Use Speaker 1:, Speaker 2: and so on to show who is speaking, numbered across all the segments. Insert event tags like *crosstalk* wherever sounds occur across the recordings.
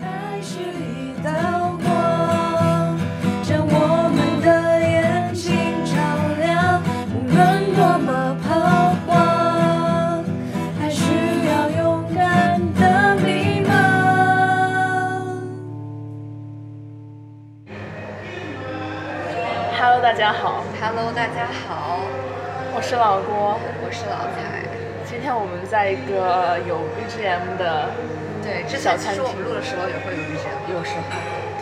Speaker 1: 是一道光，将我们的眼睛照亮。无论多么彷徨，还需要勇敢的迷茫。
Speaker 2: Hello，大家好，
Speaker 3: Hello，大家好，
Speaker 2: 我是老郭。
Speaker 3: 我是老蔡。
Speaker 2: 今天我们在一个呃有 BGM 的，
Speaker 3: 对，之
Speaker 2: 小
Speaker 3: 前其
Speaker 2: 餐
Speaker 3: 实
Speaker 2: 厅
Speaker 3: 我们录的时候也会有一些，有时候。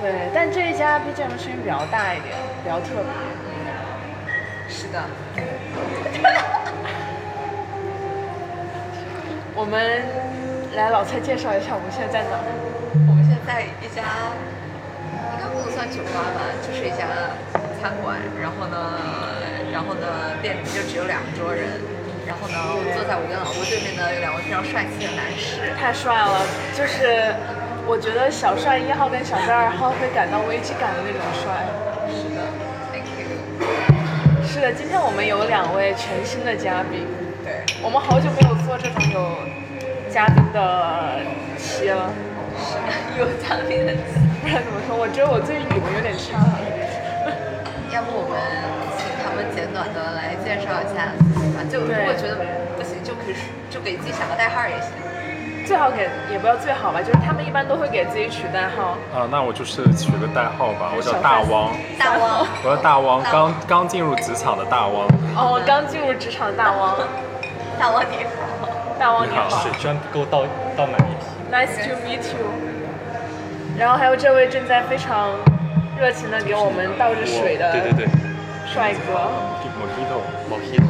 Speaker 2: 对，但这一家 BGM 声音比较大一点，比较特别。
Speaker 3: 是的，
Speaker 2: 我们来老蔡介绍一下我们现在在哪儿。
Speaker 3: 我们现在在一家，应该不能算酒吧吧，就是一家餐馆。然后呢，然后呢，店里就只有两桌人。然后呢，我坐在我跟老郭对面的有两位非常帅气的男士。
Speaker 2: 太帅了，就是我觉得小帅一号跟小帅二号会感到危机感的那种帅。
Speaker 3: 是的，Thank you。
Speaker 2: 是的，今天我们有两位全新的嘉宾，
Speaker 3: 对， *laughs*
Speaker 2: 我们好久没有做这种有嘉宾的期了，
Speaker 3: 是的，有嘉宾的气息。
Speaker 2: 不然怎么说？我觉得我最语文有点差了。
Speaker 3: 要不我们请他们简短的来介绍一下吧，就如果
Speaker 2: 对
Speaker 3: 觉得不行，就可以说就给自己想个代号儿也行。
Speaker 2: 最好给也不要最好吧，就是他们一般都会给自己取代号。
Speaker 4: 啊，那我就是取个代号吧，我叫
Speaker 2: 小
Speaker 4: 大
Speaker 2: 范
Speaker 4: 汪，
Speaker 3: 大王，
Speaker 4: 我叫大汪，
Speaker 3: 大
Speaker 4: 刚刚进入职场的大汪。
Speaker 2: 哦，刚进入职场的大
Speaker 5: *laughs*
Speaker 2: 王，
Speaker 3: *laughs* 大王你好，
Speaker 2: 大王你好
Speaker 4: 好
Speaker 5: 水捐不够倒倒满一瓶。
Speaker 2: ，Nice to meet you。然后还有这位正在非常热情的给我们倒着水的
Speaker 5: 对对对，
Speaker 2: 帅哥，
Speaker 4: 莫吉头，
Speaker 5: 毛坯头。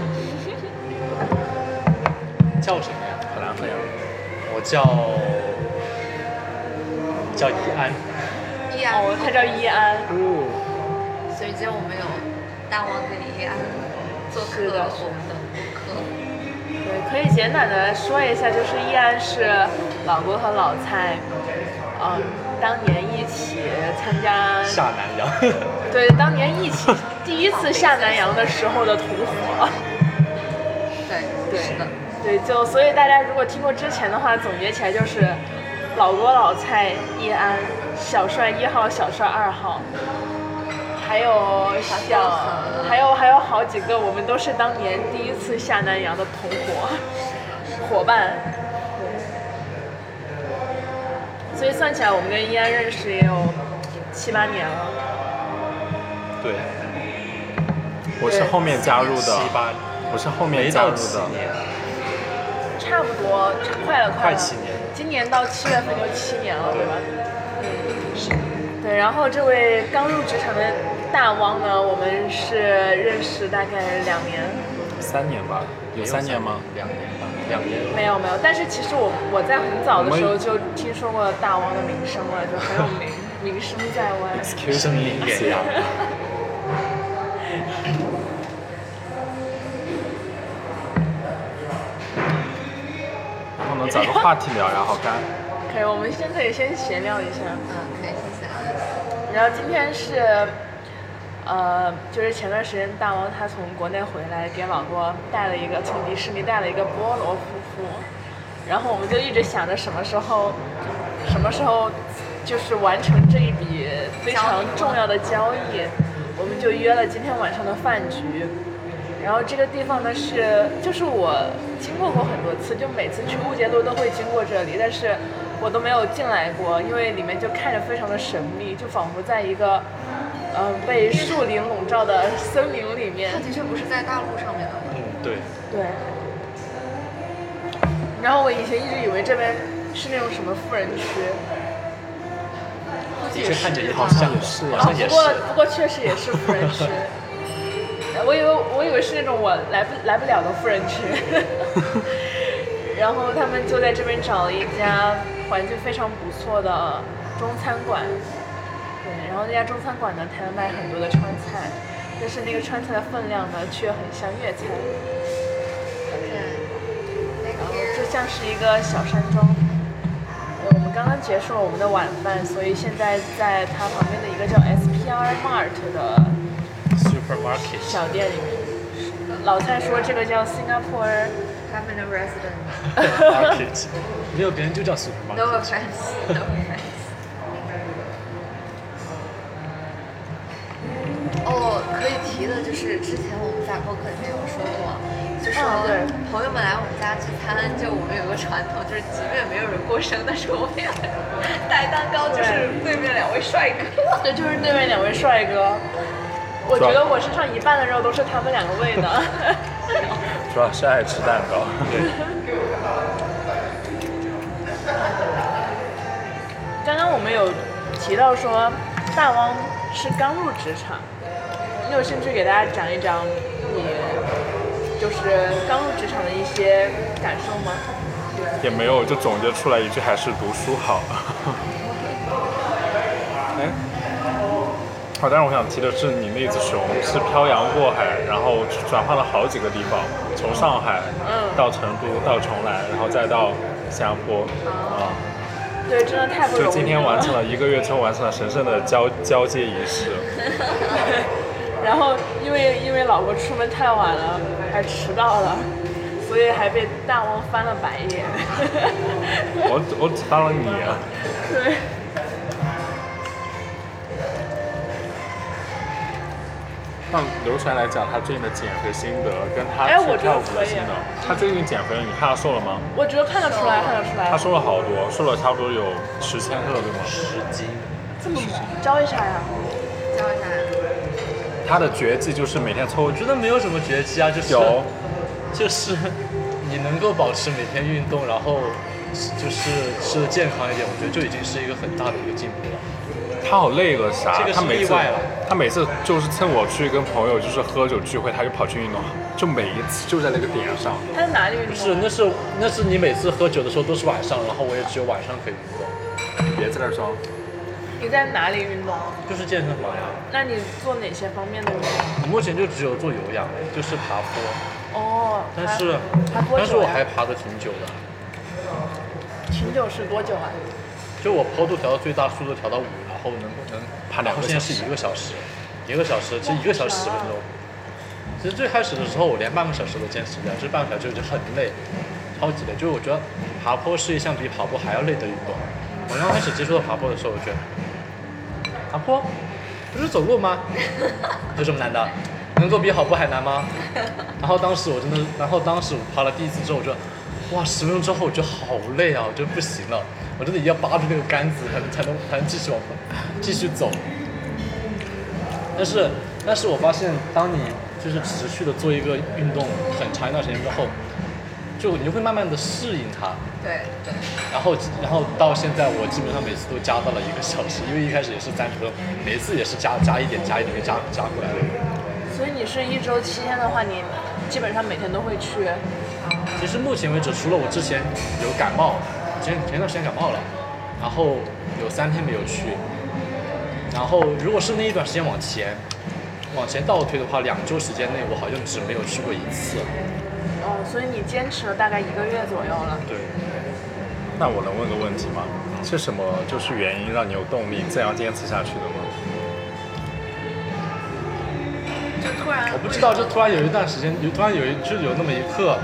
Speaker 5: 叫什么呀？
Speaker 4: 荷兰朋友，
Speaker 5: 我叫叫怡安。
Speaker 3: 依安。
Speaker 2: 哦，他叫伊安，
Speaker 3: *laughs* 所以今天我们有大王跟依安做客
Speaker 2: 是的
Speaker 3: 我们的播客。
Speaker 2: 对，可以简短的说一下，就是依然是老郭和老蔡，嗯，当年一起参加，
Speaker 5: 下南洋。
Speaker 2: 对，当年一起第一次下南洋的时候的同伙，
Speaker 3: 对，
Speaker 2: 对
Speaker 3: 是的，
Speaker 2: 对，就所以大家如果听过之前的话，总结起来就是老郭、老蔡、易安、小帅一号、小帅二号，还有小
Speaker 3: 小何，
Speaker 2: 还有还有好几个，我们都是当年第一次下南洋的同伙伙伴。对所以算起来，我们跟易安认识也有七八年了。
Speaker 5: 对，
Speaker 4: 我是后面加入的
Speaker 5: 七，八
Speaker 4: 我是后面
Speaker 5: 没
Speaker 4: 加入
Speaker 5: 到七
Speaker 4: 的，
Speaker 5: 年，
Speaker 2: 差不多，快了，快
Speaker 5: 快
Speaker 2: 了。
Speaker 5: 七年。嗯
Speaker 2: 今年到七月份就七年了，对吧？
Speaker 5: 是
Speaker 2: 对，然后这位刚入职场的大汪呢，我们是认识大概两年，
Speaker 4: 三年吧，有三年吗？？
Speaker 5: 两年吧，两年。
Speaker 2: 没有没有，但是其实我我在很早的时候就听说过大汪的名声了，就很有
Speaker 5: *laughs*
Speaker 2: 名名声在外。
Speaker 4: Excuse
Speaker 5: 声
Speaker 4: me，
Speaker 5: 音也一样。
Speaker 4: 然后呢，找个话题聊呀，好干。
Speaker 2: 可以，我们先可以先闲聊一下，
Speaker 3: 嗯，可以谢啊谢安。
Speaker 2: 然后今天是。呃，就是前段时间大王他从国内回来，给老郭带了一个从迪士尼带了一个菠萝夫妇，然后我们就一直想着什么时候，什么时候就是完成这一笔非常重要的交易，我们就约了今天晚上的饭局。然后这个地方呢是，就是我经过过很多次，就每次去乌节路都会经过这里，但是我都没有进来过，因为里面就看着非常的神秘，就仿佛在一个，嗯、被树林笼罩的森林里面
Speaker 3: 他。的确不是在大陆上面的嘛，
Speaker 5: 嗯，对，
Speaker 2: 对。然后我以前一直以为这边是那种什么富人区，
Speaker 3: 估计也
Speaker 5: 的确
Speaker 3: 是
Speaker 5: 看着也
Speaker 3: 吧
Speaker 5: 好像，
Speaker 4: 是
Speaker 5: 好
Speaker 2: 啊，
Speaker 5: 像也
Speaker 2: 不
Speaker 5: 是。
Speaker 2: 过不过确实也是富人
Speaker 5: *laughs*
Speaker 2: 区。我以为我以为是那种我来不来不了的富人
Speaker 5: *laughs*
Speaker 2: 区，然后他们就在这边找了一家环境非常不错的中餐馆，对，然后那家中餐馆呢，它卖很多的川菜，但是那个川菜的分量呢，却很像粤菜，
Speaker 3: 对
Speaker 2: 然后
Speaker 3: ，Thank you
Speaker 2: 就像是一个小山庄。呃我们刚刚结束了我们的晚饭，所以现在在它旁边的一个叫 SPR Mart 的
Speaker 5: Supermarket
Speaker 4: *laughs*
Speaker 2: 小店里面。老蔡说这个叫 Singapore，
Speaker 3: I'm an resident.
Speaker 5: market，没有别人就叫 supermarket。
Speaker 3: No offense. No offense. 哦之前我们在播客里面有说过，就说
Speaker 2: 嗯对
Speaker 3: 朋友们来我们家聚餐，就我们有个传统，就是即便没有人过生，但是我们也会带蛋糕，就是对面两位帅哥。
Speaker 2: 对，就是对面两位帅哥。我觉得我身上一半的肉都是他们两个喂 *laughs* 的。
Speaker 4: 主要是爱吃蛋糕。
Speaker 2: 刚刚我们有提到说，大汪是刚入职场，你有兴趣给大家讲一讲你就是刚入职场的一些感受吗？
Speaker 4: 也没有，就总结出来一句，还是读
Speaker 2: *laughs*
Speaker 4: 书好。哎，好，但是我想提的是，你栗子熊是漂洋过海，然后转换了好几个地方，从上海
Speaker 2: 嗯
Speaker 4: 到成都，到邛崃，然后再到新加坡，
Speaker 2: 嗯
Speaker 4: 啊、
Speaker 2: 对，真的太不容易了。
Speaker 4: 就今天完成了一个月之后完成了神圣的交 *laughs* 交接仪式。
Speaker 2: 然后因为因为老婆出门太晚了，还迟到了，所以还被大汪翻了白眼。
Speaker 4: 我我只帮了你、啊，
Speaker 2: 嗯对。
Speaker 4: 那刘璇来讲，她最近的减肥心得跟她
Speaker 2: 哎我
Speaker 4: 去
Speaker 2: 觉得
Speaker 4: 跳舞
Speaker 2: 可
Speaker 4: 的
Speaker 2: 以
Speaker 4: 心得，她最近减肥了，你看她瘦了吗？
Speaker 2: 我觉得看得出来，看得出来。
Speaker 4: 他瘦了好多，瘦了差不多有十千克，对吗？
Speaker 5: 十斤，
Speaker 2: 这么猛，教一下呀。
Speaker 3: 教一下，
Speaker 4: 他的绝技就是每天抽
Speaker 5: 我觉得没有什么绝技啊，就是
Speaker 4: 有，
Speaker 5: *laughs* 就是你能够保持每天运动，然后就是吃的健康一点，我觉得就已经是一个很大的一个进步了。
Speaker 4: 他好累了啥？
Speaker 5: 这个是
Speaker 4: 他每
Speaker 5: 意
Speaker 4: 次
Speaker 5: 外了
Speaker 4: 他每次就是趁我去跟朋友就是喝酒聚会，他就跑去运动，就每一次就在那个点上。
Speaker 2: 他在哪里运动？
Speaker 5: 是，那是那是你每次喝酒的时候都是晚上，然后我也只有晚上可以运动，
Speaker 4: 你别在那装，
Speaker 2: 你在哪里运动？
Speaker 5: 就是健身房呀。
Speaker 2: 那你做哪些方面的运动？
Speaker 5: 我目前就只有做有氧，就是爬坡，
Speaker 2: 哦，
Speaker 5: 但
Speaker 2: 还
Speaker 5: 是
Speaker 2: 还多久呀
Speaker 5: 但是我还爬的挺久的，
Speaker 2: 挺久是多久啊？
Speaker 5: 就我坡度调到最大速度调到五，然后能能
Speaker 4: 爬两个
Speaker 5: 现在
Speaker 4: 小时
Speaker 5: 是一个小时，一个小时其实一个小时十分钟。其实最开始的时候，我连半个小时都坚持不了，就是半个小时就很累，超级累。就是我觉得爬坡是一项比跑步还要累的运动。我刚开始接触到爬坡的时候，我觉得爬坡不是走路吗？有什么难的？能够比跑步还难吗？ *laughs* 然后当时我真的，然后当时我爬了第一次之后，我就，哇，十分钟之后我就好累啊，我就不行了，我真的要扒住那个杆子才能才能才能继续往继续走。但是，但是我发现，当你就是持续的做一个运动很长一段时间之后，就你就会慢慢的适应它。
Speaker 3: 对对，
Speaker 5: 然后，然后到现在，我基本上每次都加到了一个小时，因为一开始也是三十分钟，每次也是加加一点，加一点，加加过来的。
Speaker 2: 所以你是一周七天的话，你基本上每天都会去。
Speaker 5: 其实目前为止，除了我之前有感冒，前前段时间感冒了，然后有三天没有去，然后如果是那一段时间往前，往前倒推的话，两周时间内我好像只没有去过一次。
Speaker 2: 哦，所以你坚持了大概一个月左右了。
Speaker 5: 对，
Speaker 4: 那我能问个问题吗？是什么就是原因让你有动力这样坚持下去的吗？
Speaker 3: 就突然
Speaker 5: 我不知道，就突然有一段时间，有突然有一就有那么一刻，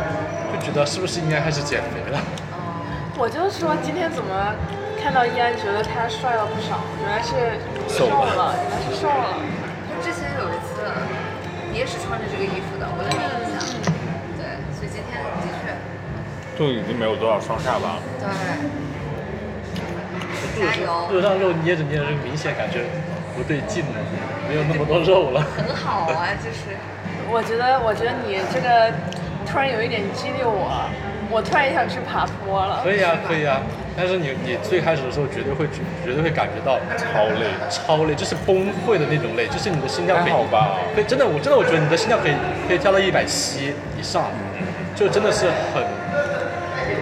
Speaker 5: 就觉得是不是应该开始减肥了？
Speaker 2: 我就说今天怎么看到依安觉得他帅了不少，原来是
Speaker 4: 瘦了
Speaker 2: 了，原来是瘦了。
Speaker 3: 之前有一次，你也是穿着这个衣服的，我有印象。对，所以今天的确，
Speaker 4: 就已经没有多少双下巴了。
Speaker 3: 对，
Speaker 5: 肚子
Speaker 3: 加油
Speaker 5: 肚子上肉捏着捏着，就明显感觉不对劲了，没有那么多肉了。
Speaker 3: 很好啊，就是。
Speaker 2: 我觉得，我觉得你这个突然有一点激励我，我突然也想去爬坡了
Speaker 5: 可。以啊，可以啊，但是你你最开始的时候绝对会觉绝对会感觉到
Speaker 4: 超累，
Speaker 5: 超累，就是崩溃的那种累，就是你的心跳可以
Speaker 4: 还好吧
Speaker 5: 可以真的我真的我觉得你的心跳可以可以跳到一百七以上，就真的是很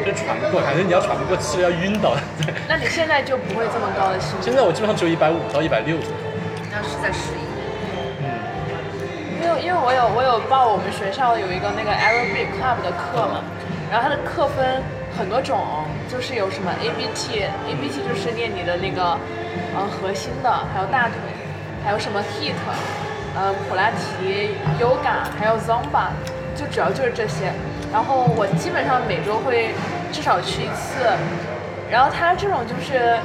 Speaker 5: 就喘不过，感觉你要喘不过气了要晕倒。
Speaker 2: 那你现在就不会这么高的心率
Speaker 5: 现？在我基本上只有一百五到一百六左右。
Speaker 3: 那是在十一，
Speaker 5: 嗯，
Speaker 2: 因为因为我有我有报我们学校有一个那个 aerobic club 的课嘛，然后它的课分很多种，就是有什么 ABT，ABT 就是练你的那个呃核心的，还有大腿，还有什么 HIIT，呃普拉提、yoga，还有 Zumba，就主要就是这些。然后我基本上每周会至少去一次，然后它这种就是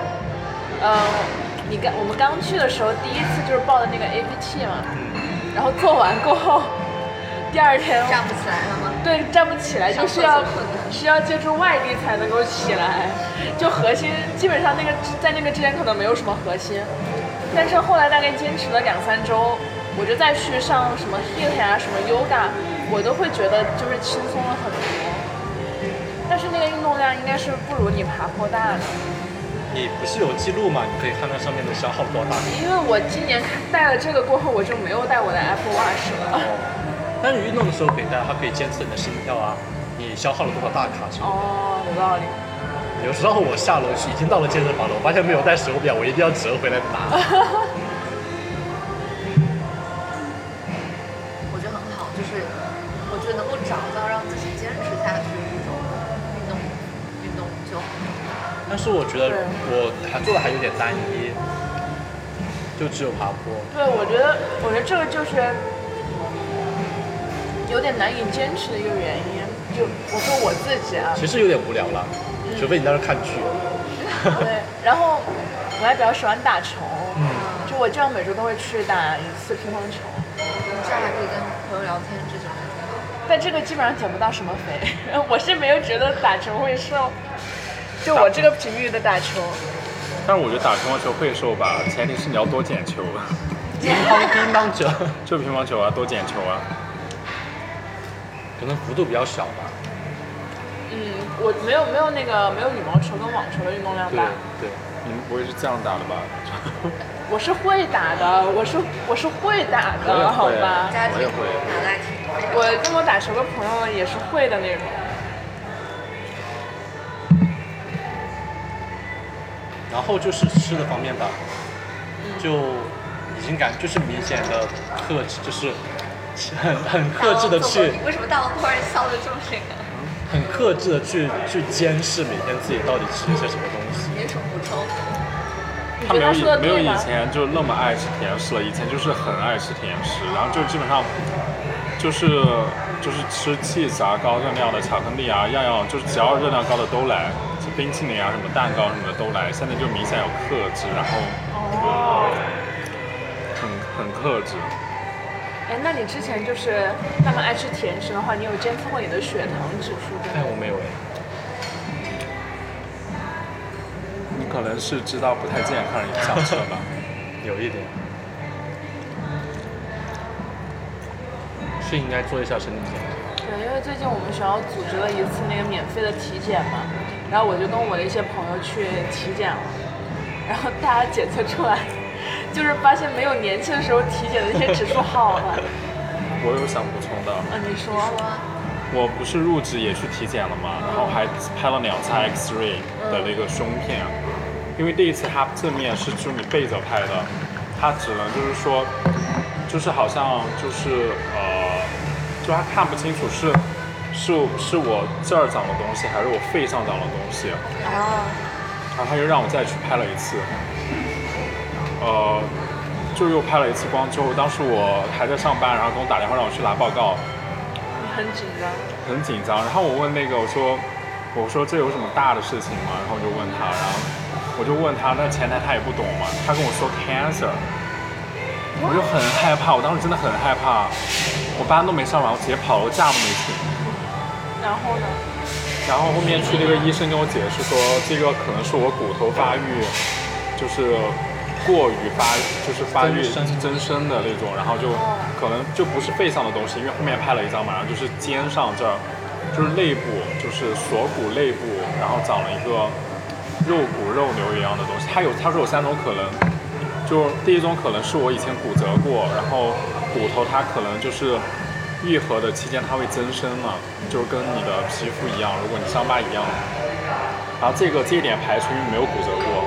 Speaker 2: 呃，你刚我们刚去的时候，第一次就是报的那个 APT 嘛，然后做完过后，第二天
Speaker 3: 嗯站不起来了吗？
Speaker 2: 对站不起来，就
Speaker 3: 上
Speaker 2: 是
Speaker 3: 厕
Speaker 2: 要
Speaker 3: 所困难
Speaker 2: 是要借助外力才能够起来，就核心基本上那个在那个之前可能没有什么核心，但是后来大概坚持了两三周，我就再去上什么 HIIT 呀、什么 Yoga，我都会觉得就是轻松了很多。但是那个运动量应该是不如你爬坡大的，
Speaker 5: 你不是有记录嘛？你可以看看上面的消耗多大。
Speaker 2: 因为我今年看带了这个过后，我就没有带我的 Apple Watch 了。
Speaker 5: 但是运动的时候可以带，它可以监测你的心跳啊，你消耗了多少大卡什么
Speaker 2: 哦，有道理。
Speaker 5: 的。有时候我下楼去，已经到了健身房了，我发现没有带手表，我一定要折回来拿。
Speaker 3: 我觉得很好，就是我觉得能够找到让自己坚持下去的一种运动运动就很重要。
Speaker 5: 但是我觉得
Speaker 2: 对
Speaker 5: 我还做的还有点单一，就只有爬坡。
Speaker 2: 对，我觉得，我觉得这个就是有点难以坚持的一个原因。就我说我自己 *laughs* 啊，
Speaker 5: 其实有点无聊了，除非你在那儿看剧。
Speaker 2: 对，然后我还比较喜欢打球，
Speaker 5: 嗯，
Speaker 2: 就我这样每周都会去打一次乒乓球，
Speaker 3: 这样还可以跟朋友聊天，这种还挺好。
Speaker 2: 但这个基本上减不到什么肥， *laughs* 我是没有觉得打球会瘦，就我这个频率的打球，
Speaker 4: 但是我觉得打乒乓球会瘦吧，前提是你要多捡球， *laughs*
Speaker 5: 乒乓乒乓球，
Speaker 4: 就乒乓球啊，多捡球啊。
Speaker 5: 可能幅度比较小吧。
Speaker 2: 嗯，我没有没有那个没有羽毛球跟网球的运动量
Speaker 5: 对
Speaker 2: 大。
Speaker 5: 对，
Speaker 4: 你们不会是这样打的吧？
Speaker 2: 我是会打的，我是我是会打的，
Speaker 4: 我也会
Speaker 2: 好吧？
Speaker 3: 家庭
Speaker 4: 我也会
Speaker 3: 拿来挺多的。
Speaker 2: 我跟我打球的朋友也是会的那种。
Speaker 5: 然后就是吃的方面吧，就已经感就是明显的克制，就是很很克制的去，
Speaker 3: 你为什么大王突然笑得这么那个？
Speaker 5: 很克制的去去监视每天自己到底吃了些什么东西。
Speaker 3: 你有什么补充？
Speaker 2: 你
Speaker 4: 他
Speaker 2: 觉
Speaker 4: 没
Speaker 2: 得
Speaker 4: 有
Speaker 2: 他
Speaker 4: 以
Speaker 2: 说的
Speaker 4: 没有
Speaker 2: 对
Speaker 4: 以
Speaker 2: 吗？
Speaker 4: 前就那么爱吃甜食了，以前就是很爱吃甜食，然后就基本上就是就是吃 cheese 啊、高热量的巧克力啊，样样就是只要热量高的都来，就冰淇淋啊、什么蛋糕什么的都来。现在就明显有克制，然后很很克制。
Speaker 2: 哎，那你之前就是那么爱吃甜食的话，你有监测过你的血糖指数吗？
Speaker 5: 但我没有哎，
Speaker 4: 你可能是知道不太健康，也想吃了吧？
Speaker 5: 有一点，是应该做一下身体检查。
Speaker 2: 对，因为最近我们学校组织了一次那个免费的体检嘛，然后我就跟我的一些朋友去体检了，然后大家检测出来， *laughs* 就是发现没有年轻的时候体检的那些指数好
Speaker 4: *laughs*
Speaker 2: 了。
Speaker 4: 我有想补充的。
Speaker 2: 嗯，你说，
Speaker 4: 我不是入职也去体检了嘛，然后还拍了两次 X ray 的那个胸片，啊因为第一次它正面是就你背着拍的，它只能就是说，就是好像就是呃，就它看不清楚是是是我这儿长了东西还是我肺上长了东西，然后他又让我再去拍了一次，呃，就又拍了一次光之后，当时我还在上班，然后给我打电话让我去拿报告。
Speaker 2: 你很紧张。
Speaker 4: 很紧张。然后我问那个，我说，我说这有什么大的事情吗？然后我就问他，然后我就问他，那前台他也不懂嘛，他跟我说 cancer，我就很害怕，我当时真的很害怕，我班都没上完，我直接跑了，我假都没请。
Speaker 2: 然后呢？
Speaker 4: 然后后面去那个医生跟我解释说，这个可能是我骨头发育，就是过于发，就是发育
Speaker 5: 增生
Speaker 4: 增生的那种，然后就可能就不是肺上的东西，因为后面拍了一张嘛，然后就是肩上这儿，就是肋部，就是锁骨肋部，然后长了一个肉骨肉瘤一样的东西。它有，他说有三种可能，就第一种可能是我以前骨折过，然后骨头它可能就是愈合的期间它会增生嘛，就是跟你的皮肤一样，如果你伤疤一样。然后这个这一点排除，因为没有骨折过。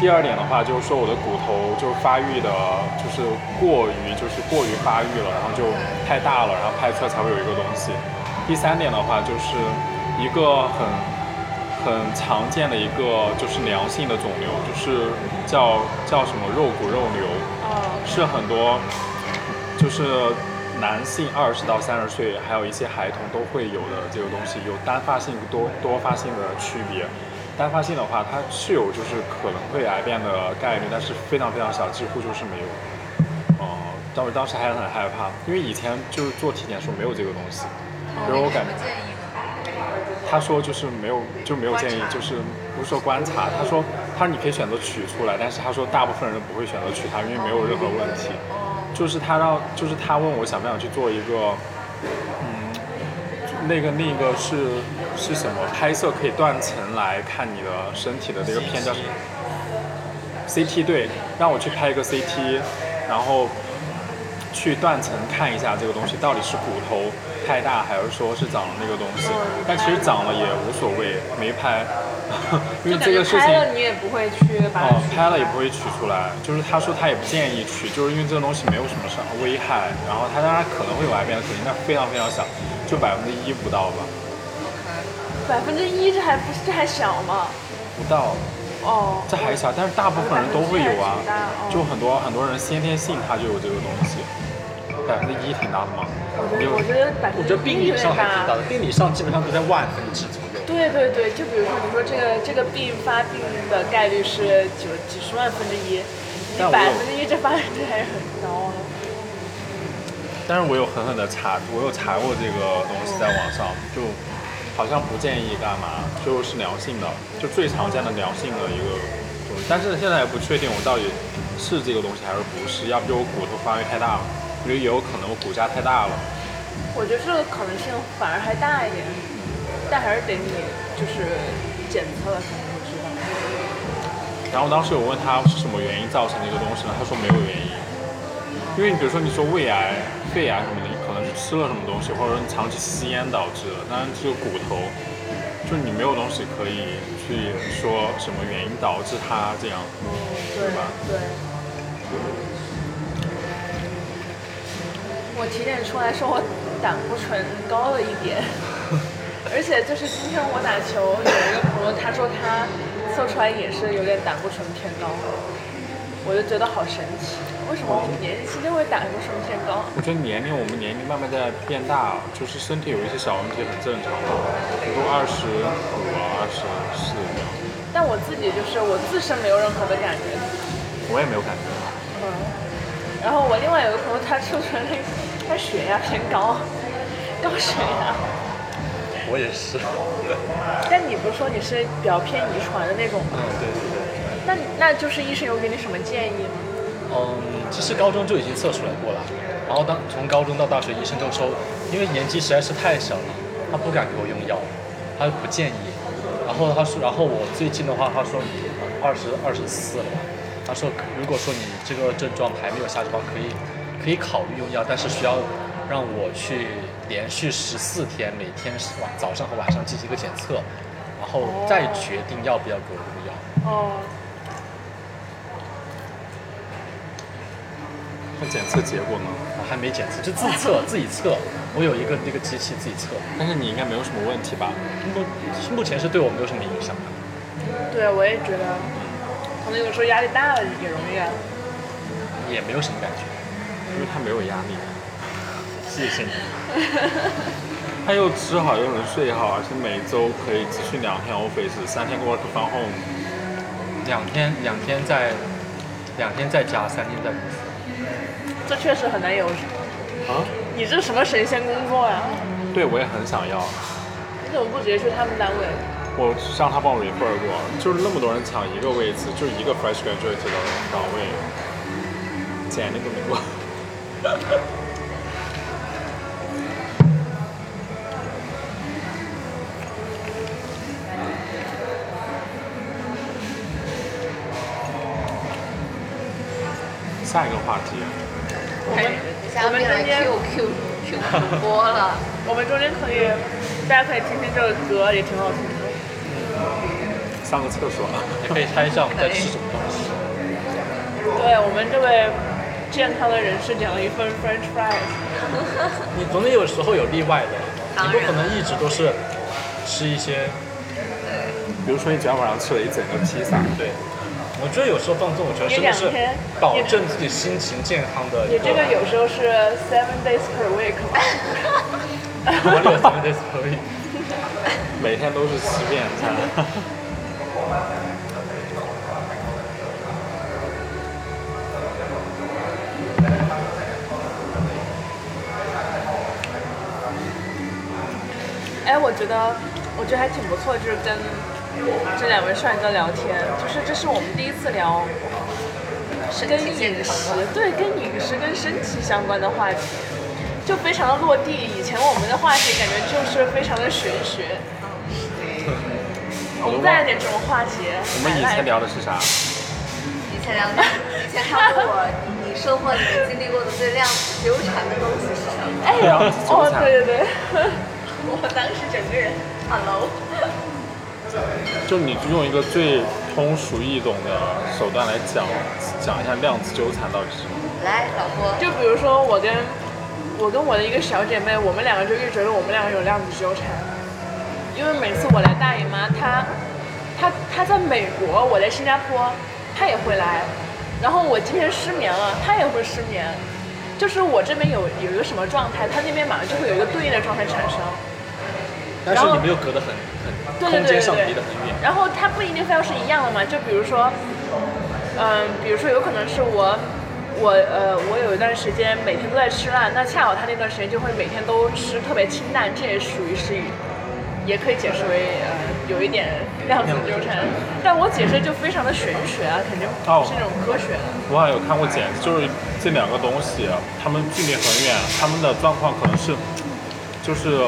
Speaker 4: 第二点的话，就是说我的骨头就是发育的，就是过于就是过于发育了，然后就太大了，然后拍出来才会有一个东西。第三点的话，就是一个很很常见的一个就是良性的肿瘤，就是叫叫什么肉骨肉瘤，
Speaker 2: 哦，
Speaker 4: 是很多就是男性二十到三十岁，还有一些孩童都会有的这个东西，有单发性多多发性的区别。单发性的话，它是有就是可能会癌变的概率，但是非常非常小，几乎就是没有。呃，但我当时还很害怕，因为以前就是做体检的时候没有这个东西，
Speaker 3: 他
Speaker 4: 比
Speaker 3: 们
Speaker 4: 如我
Speaker 3: 有哦什
Speaker 4: 感
Speaker 3: 么建议吗？
Speaker 4: 他说就是没有就没有建议
Speaker 3: 观，察
Speaker 4: 就是不是说观察，他说他说你可以选择取出来，但是他说大部分人不会选择取它，因为没有任何问题。就是他让就是他问我想不想去做一个，嗯，那个那个是是什么拍摄可以断层来看你的身体的这个片叫什么 CT 对，让我去拍一个 CT，然后去断层看一下这个东西到底是骨头太大，还是说是长了那个东西。
Speaker 2: 哦
Speaker 4: 但其实长了也无所谓，没拍， *laughs* 因为
Speaker 2: 感
Speaker 4: 这
Speaker 2: 觉
Speaker 4: 个事
Speaker 2: 拍
Speaker 4: 情
Speaker 2: 了你也不会去把它
Speaker 4: 哦
Speaker 2: 取出
Speaker 4: 拍了也
Speaker 2: 来
Speaker 4: 不会取出来。就是他说他也不建议取，就是因为这个东西没有什么伤危害。然后他当然可能会有癌变的可能，但非常非常小，就百分之一不到吧，
Speaker 2: 百分之一，这还不这还小吗？
Speaker 4: 不到。
Speaker 2: 哦，
Speaker 4: 这还小，但是大部分人都会有
Speaker 2: 百分之一还
Speaker 4: 啊
Speaker 2: 挺大哦，
Speaker 4: 就很多很多人先天性他就有这个东西，百分之一挺大的吗？
Speaker 2: 我觉得
Speaker 4: 你有
Speaker 2: 我觉得百分
Speaker 5: 我觉
Speaker 2: 之
Speaker 5: 得病
Speaker 2: 一有点
Speaker 5: 理上还
Speaker 2: 大
Speaker 5: 挺大。的，病理上基本上都在万分之左右。
Speaker 2: 对对对，就比如说你说这个这个病发病的概率是九几十万分之一，你
Speaker 4: 但
Speaker 2: 百
Speaker 4: 我有
Speaker 2: 分之一这发这还是很高了。啊
Speaker 4: 但是我有狠狠的查，我有查过这个东西在网上，就好像不建议干嘛，就是良性的，就最常见的良性的一个东西。但是现在也不确定我到底是这个东西还是不是，要不就我骨头发育太大了，我觉得也有可能我骨架太大了。
Speaker 2: 我觉得这个可能性反而还大一点，但还是得你就是检测了才能够知道。
Speaker 4: 然后当时我问他是什么原因造成这个东西呢？他说没有原因，因为你比如说你说胃癌、肺癌什么的，你可能是吃了什么东西，或者说你长期吸烟导致的。但是这个骨头，就你没有东西可以去说什么原因导致它这样。
Speaker 2: 对
Speaker 4: 吧
Speaker 2: 对。我体检出来说我胆固醇高了一点，而且就是今天我打球，有一个朋友他说他测出来也是有点胆固醇偏高，我就觉得好神奇，为什么我们年轻就会胆固醇偏高？
Speaker 4: 我觉得年龄，我们年龄慢慢在变大，就是身体有一些小问题很正常的，比如二十五啊、二十四这样，
Speaker 2: 但我自己就是我自身没有任何的感觉，
Speaker 4: 我也没有感觉。
Speaker 2: 嗯，然后我另外有个朋友，他测出来他血压偏高，高血压。
Speaker 5: 我也是。
Speaker 2: 但你不是说你是比较偏遗传的那种吗？
Speaker 5: 嗯，对对对。
Speaker 2: 那那就是医生有给你什么建议吗？
Speaker 5: 嗯，其实高中就已经测出来过了，然后当从高中到大学，医生都说，因为年纪实在是太小了，他不敢给我用药，他不建议。然后他说，然后我最近的话，他说你二十二十四了吧，他说如果说你这个症状还没有下去的话，可以可以考虑用药，但是需要让我去连续十四天，每天晚早上和晚上进行一个检测，然后再决定要不要给我用药。
Speaker 2: 哦，
Speaker 4: 那检测结果呢？
Speaker 5: 我还没检测，就自测自己测。我有一个那个机器自己测，
Speaker 4: 但是你应该没有什么问题吧？
Speaker 5: 目目前是对我没有什么影响的。
Speaker 2: 对，啊我也觉得，可能有时候压力大了也容易啊。
Speaker 5: 也没有什么感觉。
Speaker 4: 因为它没有压力。
Speaker 5: 谢谢你。
Speaker 4: 他又吃好又能睡好，而且每周可以只去两天 office，三天 work from home。
Speaker 5: 两天两天在两天在家，三天在公司。
Speaker 2: 这确实很难有。
Speaker 4: 啊？
Speaker 2: 你这什么神仙工作呀、
Speaker 4: 对，我也很想要。
Speaker 2: 你怎么不直接去他们单位？
Speaker 4: 我让他帮我 refer 过，就是那么多人抢一个位置，就一个 fresh graduate 的岗位，简历都没过。 *laughs* 下一个话题，
Speaker 2: 我
Speaker 3: 哎
Speaker 2: 们
Speaker 3: 你想
Speaker 2: 我
Speaker 3: 要
Speaker 2: 们
Speaker 3: 变成
Speaker 2: 中间
Speaker 3: Q Q Q 主播 *laughs* 了，
Speaker 2: 我们中间可以，大家可以听听这个歌，也挺好听的。
Speaker 4: 上个厕所。
Speaker 5: 也可以猜一下我们在吃什么东西。
Speaker 2: 对我们这位健康的人士点了一份 French fries，
Speaker 5: 你总得有时候有例外的，
Speaker 3: 当
Speaker 5: 你
Speaker 3: 然
Speaker 5: 不可能一直都是吃一些。
Speaker 4: 比如说，你昨天晚上吃了一整个披萨，
Speaker 5: 对，我觉得有时候放纵，我觉得真的是
Speaker 2: 你两天
Speaker 5: 保证自己心情健康的一
Speaker 2: 你
Speaker 5: 个。
Speaker 2: 这个有时候是 seven days per week 吧。
Speaker 5: 我有什么的
Speaker 2: *laughs*
Speaker 5: 可以。
Speaker 4: 每天都是欺骗餐。 *laughs*
Speaker 2: 来哎我觉得，我觉得还挺不错，就是跟这两位帅哥聊天，就是这是我们第一次聊
Speaker 3: 身
Speaker 2: 跟
Speaker 3: 体健
Speaker 2: 饮
Speaker 3: 康
Speaker 2: 食
Speaker 3: 嘛，，
Speaker 2: 对，跟饮食跟身体相关的话题，就非常的落地。以前我们的话题感觉就是非常的玄学，
Speaker 4: 我
Speaker 2: 我
Speaker 4: 都
Speaker 2: 们
Speaker 4: 忘
Speaker 2: 带点这种话题。
Speaker 4: 嗯我们以前聊的是啥？
Speaker 3: 以前聊的，以前他问我， *laughs* 你生活里面经历过的最让你纠缠的东西是什么？
Speaker 2: 哎呦，
Speaker 4: *laughs*
Speaker 2: 哦，对对对， *laughs*
Speaker 3: 我当时整个人，hello，
Speaker 4: 就你用一个最通俗易懂的手段来讲，讲一下量子纠缠到底是什么？
Speaker 3: 来，老郭，
Speaker 2: 就比如说我跟我跟我的一个小姐妹，我们两个就一直觉得我们两个有量子纠缠，因为每次我来大姨妈，她她她在美国，我在新加坡，她也会来，然后我今天失眠了，她也会失眠，就是我这边有有一个什么状态，她那边马上就会有一个对应的状态产生。
Speaker 5: 但
Speaker 2: 然
Speaker 5: 是
Speaker 2: 后
Speaker 5: 你们又隔得很
Speaker 2: 对对
Speaker 5: 很，空
Speaker 2: 对
Speaker 5: 间上
Speaker 2: 对
Speaker 5: 离得
Speaker 2: 对
Speaker 5: 很远。。
Speaker 2: 然后它不一定非要是一样的嘛，就比如说，嗯、比如说有可能是我，我呃，我有一段时间每天都在吃辣，那恰好他那段时间就会每天都吃特别清淡，这也属于是一，也可以解释为呃有一点量子纠缠，但我解释就非常的玄学啊，肯定
Speaker 5: 哦
Speaker 2: 不是那种科学的。
Speaker 4: 我好像有看过简，就是这两个东西，他们距离很远，他们的状况可能是就是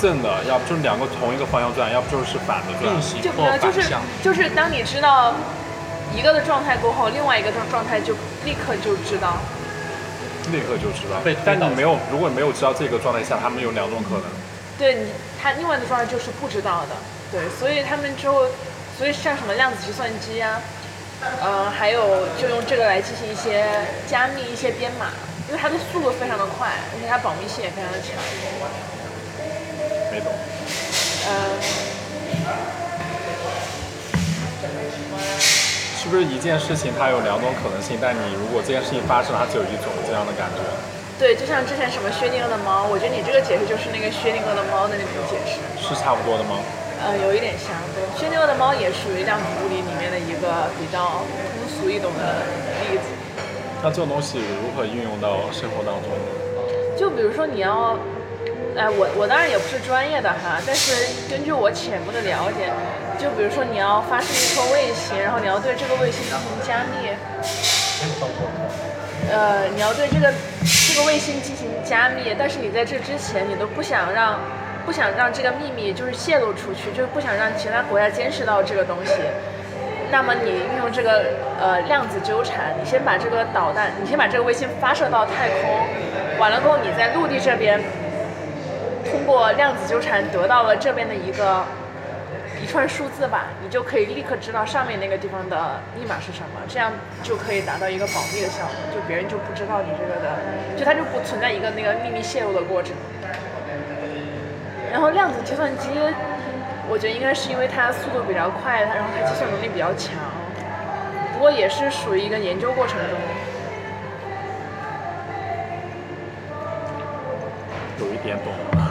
Speaker 4: 正的，要不就是两个同一个方向转，要不就是反的转。
Speaker 5: 并行
Speaker 2: 就
Speaker 5: 或
Speaker 2: 呃，就
Speaker 5: 反
Speaker 2: 是
Speaker 5: 向，
Speaker 2: 就是当你知道一个的状态过后，另外一个的状态就立刻就知道。
Speaker 4: 立刻就知道
Speaker 5: 被。
Speaker 4: 但
Speaker 5: 被
Speaker 4: 你
Speaker 5: 导
Speaker 4: 没有，如果没有知道这个状态下，他们有两种可能。
Speaker 2: 对你，他另外的状态就是不知道的，对，所以他们之后，所以像什么量子计算机啊，呃，还有就用这个来进行一些加密、一些编码，因为它的速度非常的快，而且它保密性也非常的强，
Speaker 4: 没懂。
Speaker 2: 呃，
Speaker 4: 是不是一件事情它有两种可能性？但你如果这件事情发生了，它只有一种这样的感觉。
Speaker 2: 对，就像之前什么薛定谔的猫，我觉得你这个解释就是那个薛定谔的猫的那种解释，
Speaker 4: 是差不多的吗？
Speaker 2: 呃，有一点像，对，薛定谔的猫也属于量子物理里面的一个比较通俗易懂的例子。
Speaker 4: 那这种东西如何运用到生活当中呢？
Speaker 2: 就比如说你要，哎，我我当然也不是专业的哈，但是根据我浅薄的了解，就比如说你要发射一颗卫星，然后你要对这个卫星进行加密，呃，你要对这个这个卫星进行加密，但是你在这之前你都不想让不想让这个秘密就是泄露出去，就是不想让其他国家监视到这个东西。那么你运用这个呃量子纠缠，你先把这个导弹，你先把这个卫星发射到太空，完了过后你在陆地这边通过量子纠缠得到了这边的一个一串数字吧，你就可以立刻知道上面那个地方的密码是什么，这样就可以达到一个保密的效果，就别人就不知道你这个的，就它就不存在一个那个秘密泄露的过程。然后量子计算机，我觉得应该是因为它速度比较快，它然后它计算能力比较强，不过也是属于一个研究过程中。
Speaker 4: 有一点懂。 *laughs*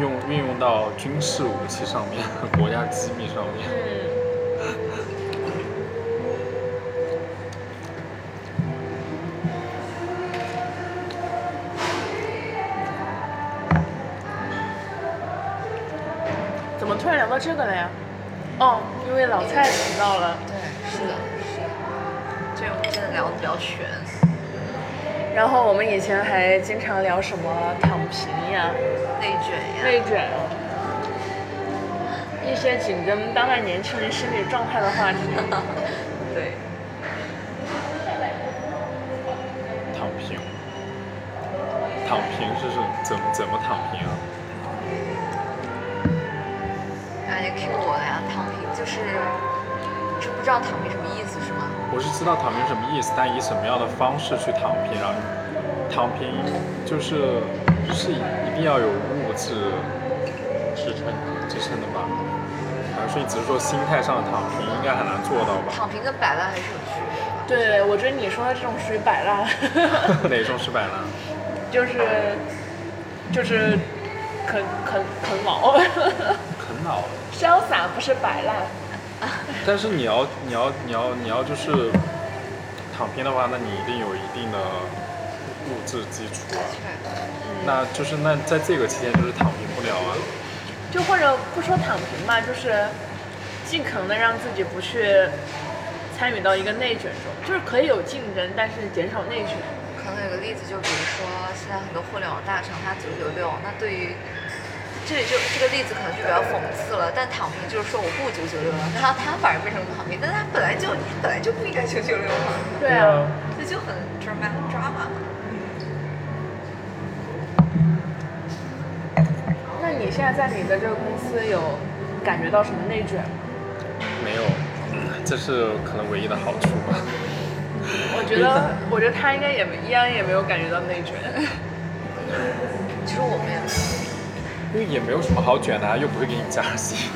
Speaker 4: 用运用到军事武器上面， *laughs* 国家机密上面。
Speaker 2: 嗯，怎么突然聊到这个了呀？哦，因为老蔡提到了，
Speaker 3: 对，是的，是的，这我们真的聊的比较悬，
Speaker 2: 然后我们以前还经常聊什么躺平呀、
Speaker 3: 内卷呀，
Speaker 2: 内卷，啊一些紧跟当代年轻人心理状态的话题。
Speaker 3: 对，
Speaker 4: 躺平，躺平是是怎么怎么躺平啊？
Speaker 3: 哎你 Q 我了呀，躺平就是，你是不知道躺平什么意思是吗？
Speaker 4: 我是知道躺平什么意思，但以什么样的方式去躺平啊？躺平就是是一定要有物质
Speaker 5: 支撑。
Speaker 4: 支撑的吧？啊，所以只是说心态上的躺平应该很难做到吧？
Speaker 3: 躺平跟摆烂还是有区别的。
Speaker 2: 对，我觉得你说的这种属于摆烂，
Speaker 4: 哪种是摆烂？
Speaker 2: 就是就是啃啃啃老，
Speaker 4: 啃老。
Speaker 2: *laughs* 潇洒不是摆烂。
Speaker 4: 但是你要你要你要你要就是躺平的话，那你一定有一定的物质基础啊。
Speaker 3: 对，
Speaker 4: 那就是那在这个期间就是躺平不了啊。
Speaker 2: 就或者不说躺平吧，就是尽可能的让自己不去参与到一个内卷中，就是可以有竞争，但是减少内卷。
Speaker 3: 可能有个例子，就比如说现在很多互联网大厂它九九六，那对于这里就这个例子可能就比较讽刺了，但躺平就是说我不九九六了，那他他反而变成躺平，但他本来就他本来就不应该九九六嘛，
Speaker 2: 对啊，
Speaker 3: 这就很 drama drama 嘛。
Speaker 2: 那你现在在你的这个公司有感觉到什么内卷吗？
Speaker 4: 没有，这是可能唯一的好处吧。
Speaker 2: 我觉得，我觉得他应该也一样也没有感觉到内卷。
Speaker 3: 其实我们也没有
Speaker 4: 因为也没有什么好卷的、啊，又不会给你加薪。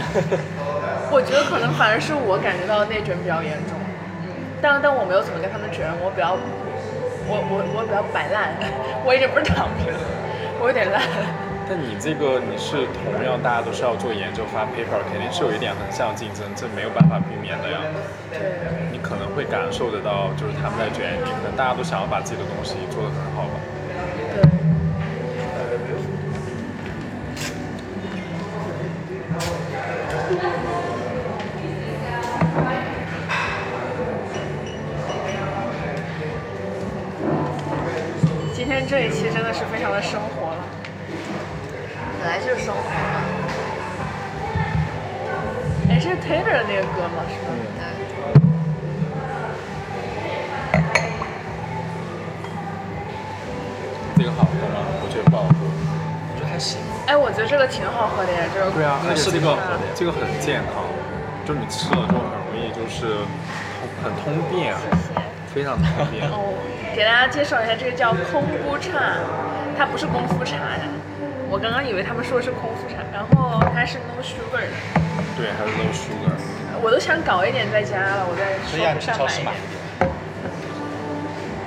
Speaker 4: *laughs*
Speaker 2: 我觉得可能反而是我感觉到内卷比较严重。嗯，但但我没有怎么跟他们卷，我比较，我我我比较摆烂， *laughs* 我已经不是躺平，我有点烂。
Speaker 4: 但你这个你是同样大家都是要做研究发 paper，肯定是有一点横向竞争，这没有办法避免的呀。
Speaker 2: 对。
Speaker 4: 你可能会感受得到，就是他们在卷你，可能大家都想要把自己的东西做得很好吧。
Speaker 2: 对。今天这一期真的是非常的生活了，
Speaker 3: 本来就是生活嘛，
Speaker 2: 哎，这是 Taylor 的那个歌吗？是吧？
Speaker 3: 对。
Speaker 4: 这个好喝吗？我觉得不好喝。
Speaker 5: 我觉得还行。
Speaker 2: 哎，我觉得这个挺好喝的呀，这个歌。
Speaker 4: 对啊，而
Speaker 5: 那
Speaker 4: 且
Speaker 5: 是
Speaker 4: 这
Speaker 5: 挺
Speaker 4: 个
Speaker 5: 好喝的呀
Speaker 4: 这个很健康，就是你吃了之后很容易就是很通便，啊非常通 *laughs* 便。
Speaker 2: 哦，给大家介绍一下，这个叫空菇茶，它不是功夫茶呀。我刚刚以为他们说是空腹茶，然后它是 no sugar 的，
Speaker 4: 对，还是 low sugar。
Speaker 2: 我都想搞一点在家了，我在
Speaker 5: 所以让
Speaker 2: 说
Speaker 5: 你
Speaker 2: 不
Speaker 5: 去
Speaker 2: 上
Speaker 5: 超
Speaker 2: 买
Speaker 5: 市
Speaker 2: 一
Speaker 5: 买
Speaker 2: 点
Speaker 5: 一，点。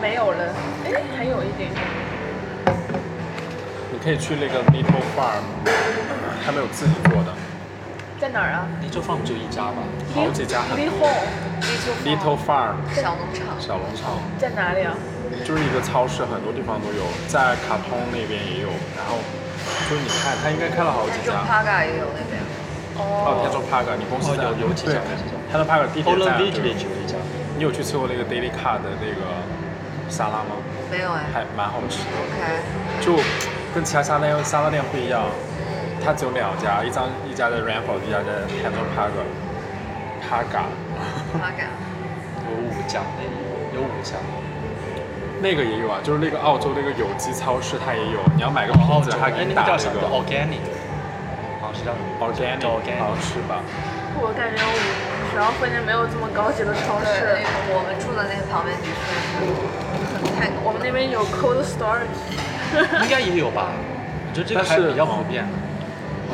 Speaker 2: 没有了，哎，还有一点点，
Speaker 4: 你可以去那个 Little Farm，他们有自己做的，
Speaker 2: 在哪儿啊？
Speaker 5: 你就放只有一家吧。
Speaker 4: 好几家很
Speaker 2: 离后
Speaker 4: Little Farm
Speaker 3: 小农场，
Speaker 4: 小农场，
Speaker 2: 在哪里啊？
Speaker 4: 就是一个超市，很多地方都有，在卡通那边也有，然后就是你看，他应该开了好几
Speaker 3: 但中
Speaker 4: 家。
Speaker 3: 帕嘎也有那边，
Speaker 4: 哦，
Speaker 2: 哦，
Speaker 4: 天州 Park，你公司在
Speaker 5: 哦有有几家
Speaker 4: 对
Speaker 5: 有几家，
Speaker 4: 他的 Park 地铁
Speaker 5: o l a
Speaker 4: 站
Speaker 5: n
Speaker 4: 对
Speaker 5: Village 有一家，
Speaker 4: 你有去吃过那个 Daily Car 的那个沙拉吗？
Speaker 3: 没有哎。
Speaker 4: 还蛮好吃的，
Speaker 3: OK，
Speaker 4: 就跟其他沙拉店沙拉店不一样，它只有两家，一张一家在 Rainford，一家在天州 Park。Park，
Speaker 3: 帕嘎，
Speaker 5: 有五家，有五家。
Speaker 4: 那个也有啊，就是那个澳洲那个有机超市它也有，你要买个瓶子，它
Speaker 5: 哎
Speaker 4: 给，你
Speaker 5: 那
Speaker 4: 打哦那
Speaker 5: 个叫什么
Speaker 4: 个
Speaker 5: ？Organic，好像是叫
Speaker 4: organic，
Speaker 5: 叫
Speaker 4: 好
Speaker 5: Organic。
Speaker 4: 像是吧？
Speaker 2: 我感觉我们学校附近没有这么高级的超
Speaker 3: 对
Speaker 2: 市，，
Speaker 3: 我们住的那个旁边就是泰
Speaker 2: 我
Speaker 3: 国，
Speaker 2: 们那边有 cold storage，
Speaker 5: 应该也有吧？我觉得这个
Speaker 4: 但
Speaker 5: 还
Speaker 4: 是
Speaker 5: 比较普遍。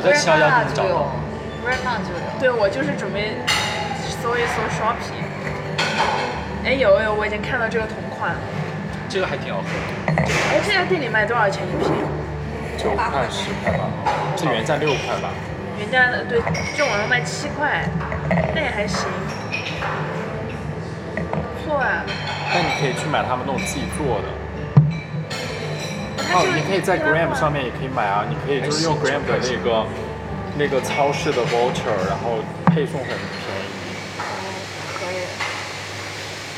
Speaker 5: 我在逍遥
Speaker 3: 那就
Speaker 5: 能找
Speaker 3: 有
Speaker 5: 到。
Speaker 3: ，Rana 就有。
Speaker 2: 对，我就是准备搜一搜 shopping。哎，有有，我已经看到这个同款了。
Speaker 5: 这个还挺好喝的，
Speaker 2: 哎，这家店里卖多少钱一瓶？
Speaker 4: 九块十块吧，这原价六块吧。
Speaker 2: 原价的对，这网上卖七块，那也还行，不错啊。
Speaker 4: 但你可以去买他们那种自己做的。
Speaker 2: 它
Speaker 4: 哦
Speaker 2: 这，个
Speaker 4: 你可以在
Speaker 2: 一般的
Speaker 4: Gram
Speaker 2: 话
Speaker 4: 上面也可以买啊，你可以就是用 Gram 的那个那个超市的 voucher，然后配送很便宜。
Speaker 3: 可以，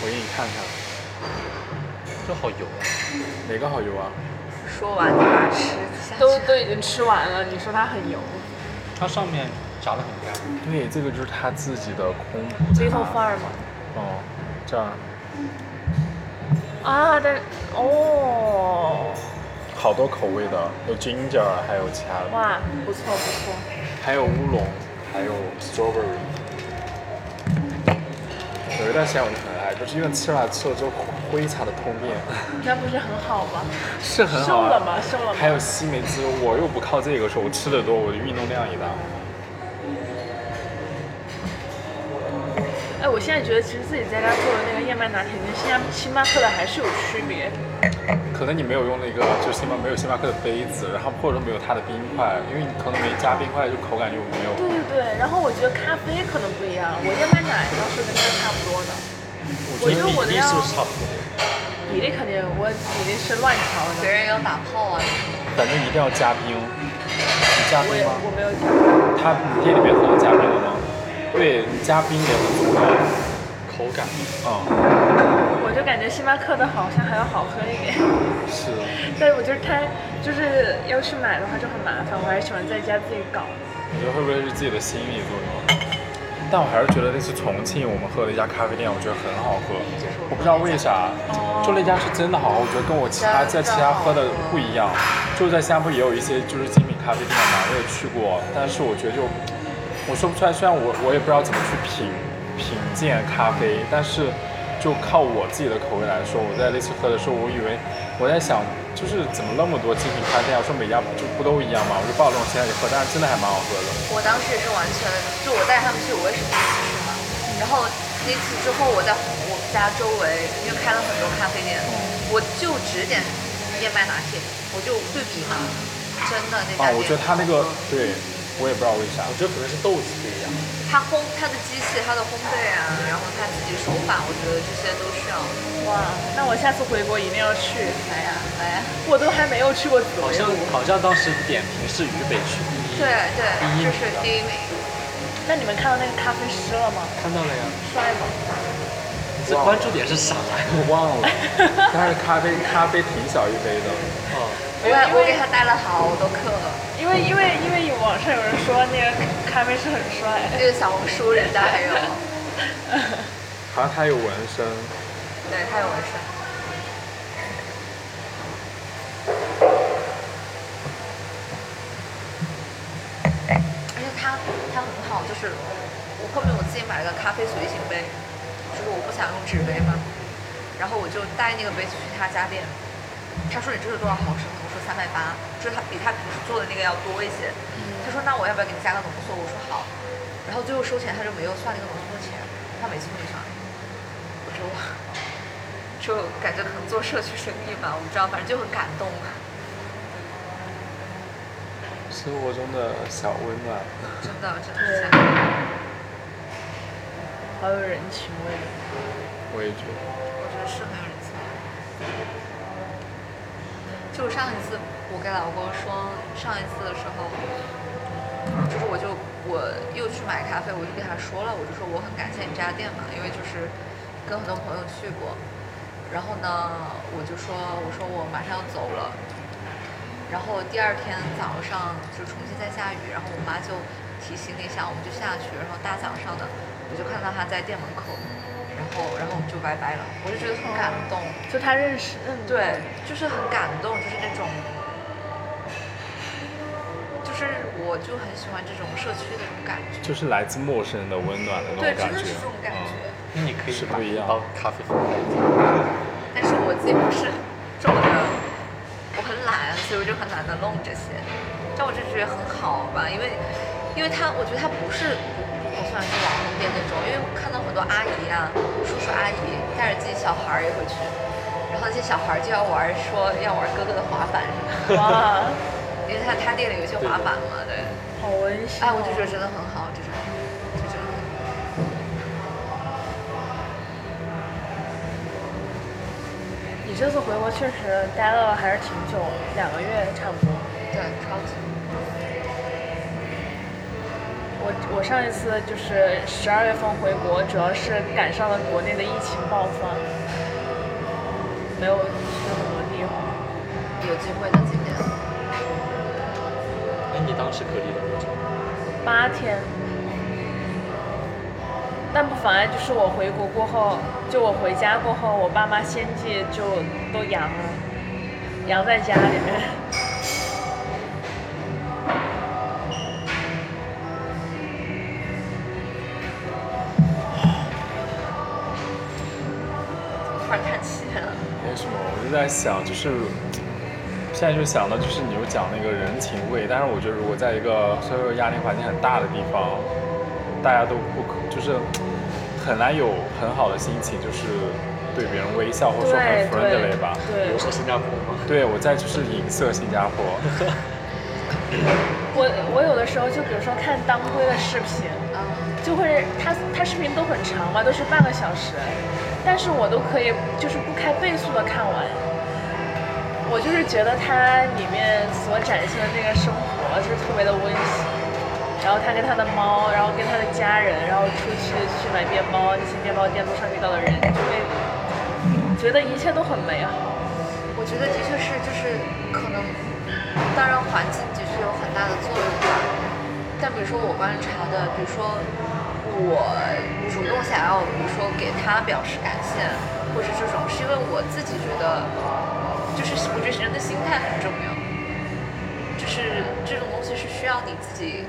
Speaker 4: 我给你看看
Speaker 5: 这好油啊！
Speaker 4: 哪个好油啊？
Speaker 3: 说完就把它吃下去。
Speaker 2: 都都已经吃完了，你说它很油
Speaker 5: 它上面炸的很干，
Speaker 4: 对，这个就是他自己的空腹茶。
Speaker 2: ，little farm 吗
Speaker 4: 哦，这儿
Speaker 2: 啊，但哦，
Speaker 4: 好多口味的，有 ginger，还有其他的，
Speaker 2: 哇，不错不错，
Speaker 4: 还有乌龙，还有 strawberry。有一段时间我就很爱，就是因为吃了吃了之后非常的通
Speaker 2: *laughs*
Speaker 4: 便，
Speaker 2: 那不是很好吗？
Speaker 4: 是很好
Speaker 2: 瘦
Speaker 4: 啊。
Speaker 2: 了吗？瘦了
Speaker 4: 还
Speaker 2: 吗？
Speaker 4: 有西梅汁，我又不靠这个说，我吃的多，我的运动量也大。
Speaker 2: 哎，我现在觉得其实自己在家做的那个燕麦拿铁跟现在星巴克的还是有区别。
Speaker 4: 可能你没有用那个，就是星巴没有星巴克的杯子，然后或者没有它的冰块，因为你可能没加冰块，就口感就没有。
Speaker 2: 对对对，然后我觉得咖啡可能不一样，我燕麦奶倒是跟它差不多的。
Speaker 5: 我觉得
Speaker 2: 我觉得我的
Speaker 5: 比例
Speaker 2: 要
Speaker 5: 是不是差不多？
Speaker 2: 比例肯定我肯定是乱调
Speaker 3: 别
Speaker 2: 的，
Speaker 3: 人要打炮啊，
Speaker 4: 反正一定要加冰。你加
Speaker 2: 我
Speaker 4: 冰
Speaker 2: 也
Speaker 4: 吗？
Speaker 2: 我没有调，
Speaker 4: 他你店里面喝加冰的吗？对，你加冰也很足够。
Speaker 5: 口感。
Speaker 4: 嗯，
Speaker 2: 我就感觉星巴克的好像还要好喝一点， *laughs*
Speaker 4: 是。
Speaker 2: 但是我就是它就是要去买的话就很麻烦，我还是喜欢在家自己搞。
Speaker 4: 我觉得会不会是自己的心理作用？但我还是觉得那次重庆我们喝的一家咖啡店，我觉得很好喝。我不知道为啥，就那家是真的好喝，我觉得跟我其他在其他喝啊的不一样。就是在新加坡也有一些就是精品咖啡店嘛，我也去过，但是我觉得就我说不出来，虽然我我也不知道怎么去品品鉴咖啡，但是就靠我自己的口味来说，我在那次喝的时候，我以为我在想，就是怎么那么多精品咖啡店，我啊说每家就不都一样嘛，我就抱着这种心态去喝，但是真的还蛮好喝的。
Speaker 3: 我当时也是完全，就我带着他们去，我也是第一次去嘛。然后那次之后，我在我们家周围，因为开了很多咖啡店，我就只点燕麦拿铁，我就对比嘛，真的那家
Speaker 4: 啊，
Speaker 3: 店。嗯
Speaker 4: 我觉得他那个对我也不知道为啥
Speaker 5: 我，觉得可能是豆子不一样，
Speaker 3: 它烘它的机器、它的烘焙啊，然后它自己手法，我觉得这些都需要。
Speaker 2: 哇，那我下次回国一定要去，
Speaker 3: 来呀、来呀、
Speaker 2: 我都还没有去过紫
Speaker 5: 好
Speaker 2: 薇
Speaker 5: 像
Speaker 2: 路。
Speaker 5: 好像当时点评是渝北区第一，
Speaker 3: 对对，这是第一名。
Speaker 2: 那你们看到那个咖啡师了吗？
Speaker 5: 看到了呀。
Speaker 2: 帅吗？
Speaker 5: 这关注点是啥呀？
Speaker 4: 我忘了，
Speaker 2: *laughs*
Speaker 4: 但是咖啡咖啡挺小一杯的，
Speaker 5: 哦，
Speaker 3: 我
Speaker 2: 因
Speaker 3: 我
Speaker 2: 为
Speaker 3: 给他带了好多课，
Speaker 2: 因为因为因为有网上有人说那个咖啡师很帅， *laughs*
Speaker 3: 那个小红书人家还有，
Speaker 4: 好像他有纹身，
Speaker 3: 对他有纹身。而且它它很好，就是我后面我自己买了个咖啡随行杯，就是我不想用纸杯嘛，然后我就带那个杯子去他家店，他说你这是多少毫升的？我说三百八，就是他比他平时做的那个要多一些。他说那我要不要给你加个浓缩？我说好，然后最后收钱他就没有算那个浓缩的钱，他每次都没算。我说哇，就感觉可能做社区生意吧，我不知道，反正就很感动。
Speaker 4: 生活中的小温暖。
Speaker 3: 真的，真的是。
Speaker 2: 好有人情味。
Speaker 4: 我也觉得，
Speaker 3: 我觉得是很有人情味。就上一次我给老公说，上一次的时候，就是我就我又去买咖啡，我就给他说了，我就说我很感谢你这家店嘛，因为就是跟很多朋友去过，然后呢，我就说我说我马上要走了，然后第二天早上就重新在下雨，然后我妈就提行李箱，我们就下去，然后大早上的我就看到她在店门口，然后然后我们就拜拜了，我就觉得很感动，
Speaker 2: 就他认识，嗯，
Speaker 3: 对，就是很感动，就是那种，就是我就很喜欢这种社区的这种感觉，
Speaker 4: 就是来自陌生人的温暖的那
Speaker 3: 对，
Speaker 4: 种
Speaker 3: 真的
Speaker 4: 感觉嗯
Speaker 3: 是这种。感觉，
Speaker 5: 那 *laughs* 你可以
Speaker 4: 是
Speaker 5: 把
Speaker 4: 不一
Speaker 5: 一
Speaker 4: 样
Speaker 5: 包咖啡放在一起
Speaker 3: 但是我自己不是，就我的我很懒，所以我就很懒得弄这些，但我就觉得很好吧，因为因为它，我觉得它不是不不算是网红店那种，因为我看到很多阿姨啊、叔叔阿姨带着自己小孩儿也会去，然后那些小孩儿就要玩儿说要玩儿哥哥的滑板什么的，
Speaker 2: *laughs* 哇，
Speaker 3: 因为他他店里有一些滑板嘛，对。
Speaker 2: 好温馨、哦
Speaker 3: 哎，我就觉得真的很好，这种，就这种。
Speaker 2: 你这次回国确实待了还是挺久，两个月差不多。
Speaker 3: 对，超级。
Speaker 2: 我我上一次就是十二月份回国，主要是赶上了国内的疫情爆发，没有去很多地方，
Speaker 3: 有机会的今年，
Speaker 5: 那哎你当时隔离了多久？
Speaker 2: 八天。但不妨碍，就是我回国过后，就我回家过后，我爸妈先季就都阳了，阳在家里面。
Speaker 3: 突然叹气了。
Speaker 4: 没什么，我就在想，就是现在就想到，就是你有讲那个人情味，但是我觉得如果在一个社会压力环境很大的地方，大家都不可，就是很难有很好的心情，就是对别人微笑或者说很
Speaker 2: 对
Speaker 4: friendly 吧。
Speaker 5: 比
Speaker 2: 对
Speaker 5: 如，说新加坡吗？
Speaker 4: 对，我在就是影射新加坡，
Speaker 2: 我我有的时候就比如说看当归的视频，
Speaker 3: 嗯，
Speaker 2: 就会他他视频都很长嘛，都是半个小时，但是我都可以就是不开倍速的看完。我就是觉得它里面所展现的那个生活就是特别的温馨，然后他跟他的猫，然后跟他的家人，然后出去去买面包，那些面包店路上遇到的人，就会觉得一切都很美好。
Speaker 3: 我觉得的确是，就是可能，当然环境的确有很大的作用吧。但比如说我观察的，比如说我主动想要，比如说给他表示感谢，或是这种，是因为我自己觉得，就是我觉得人的心态很重要，就是这种东西是需要你自己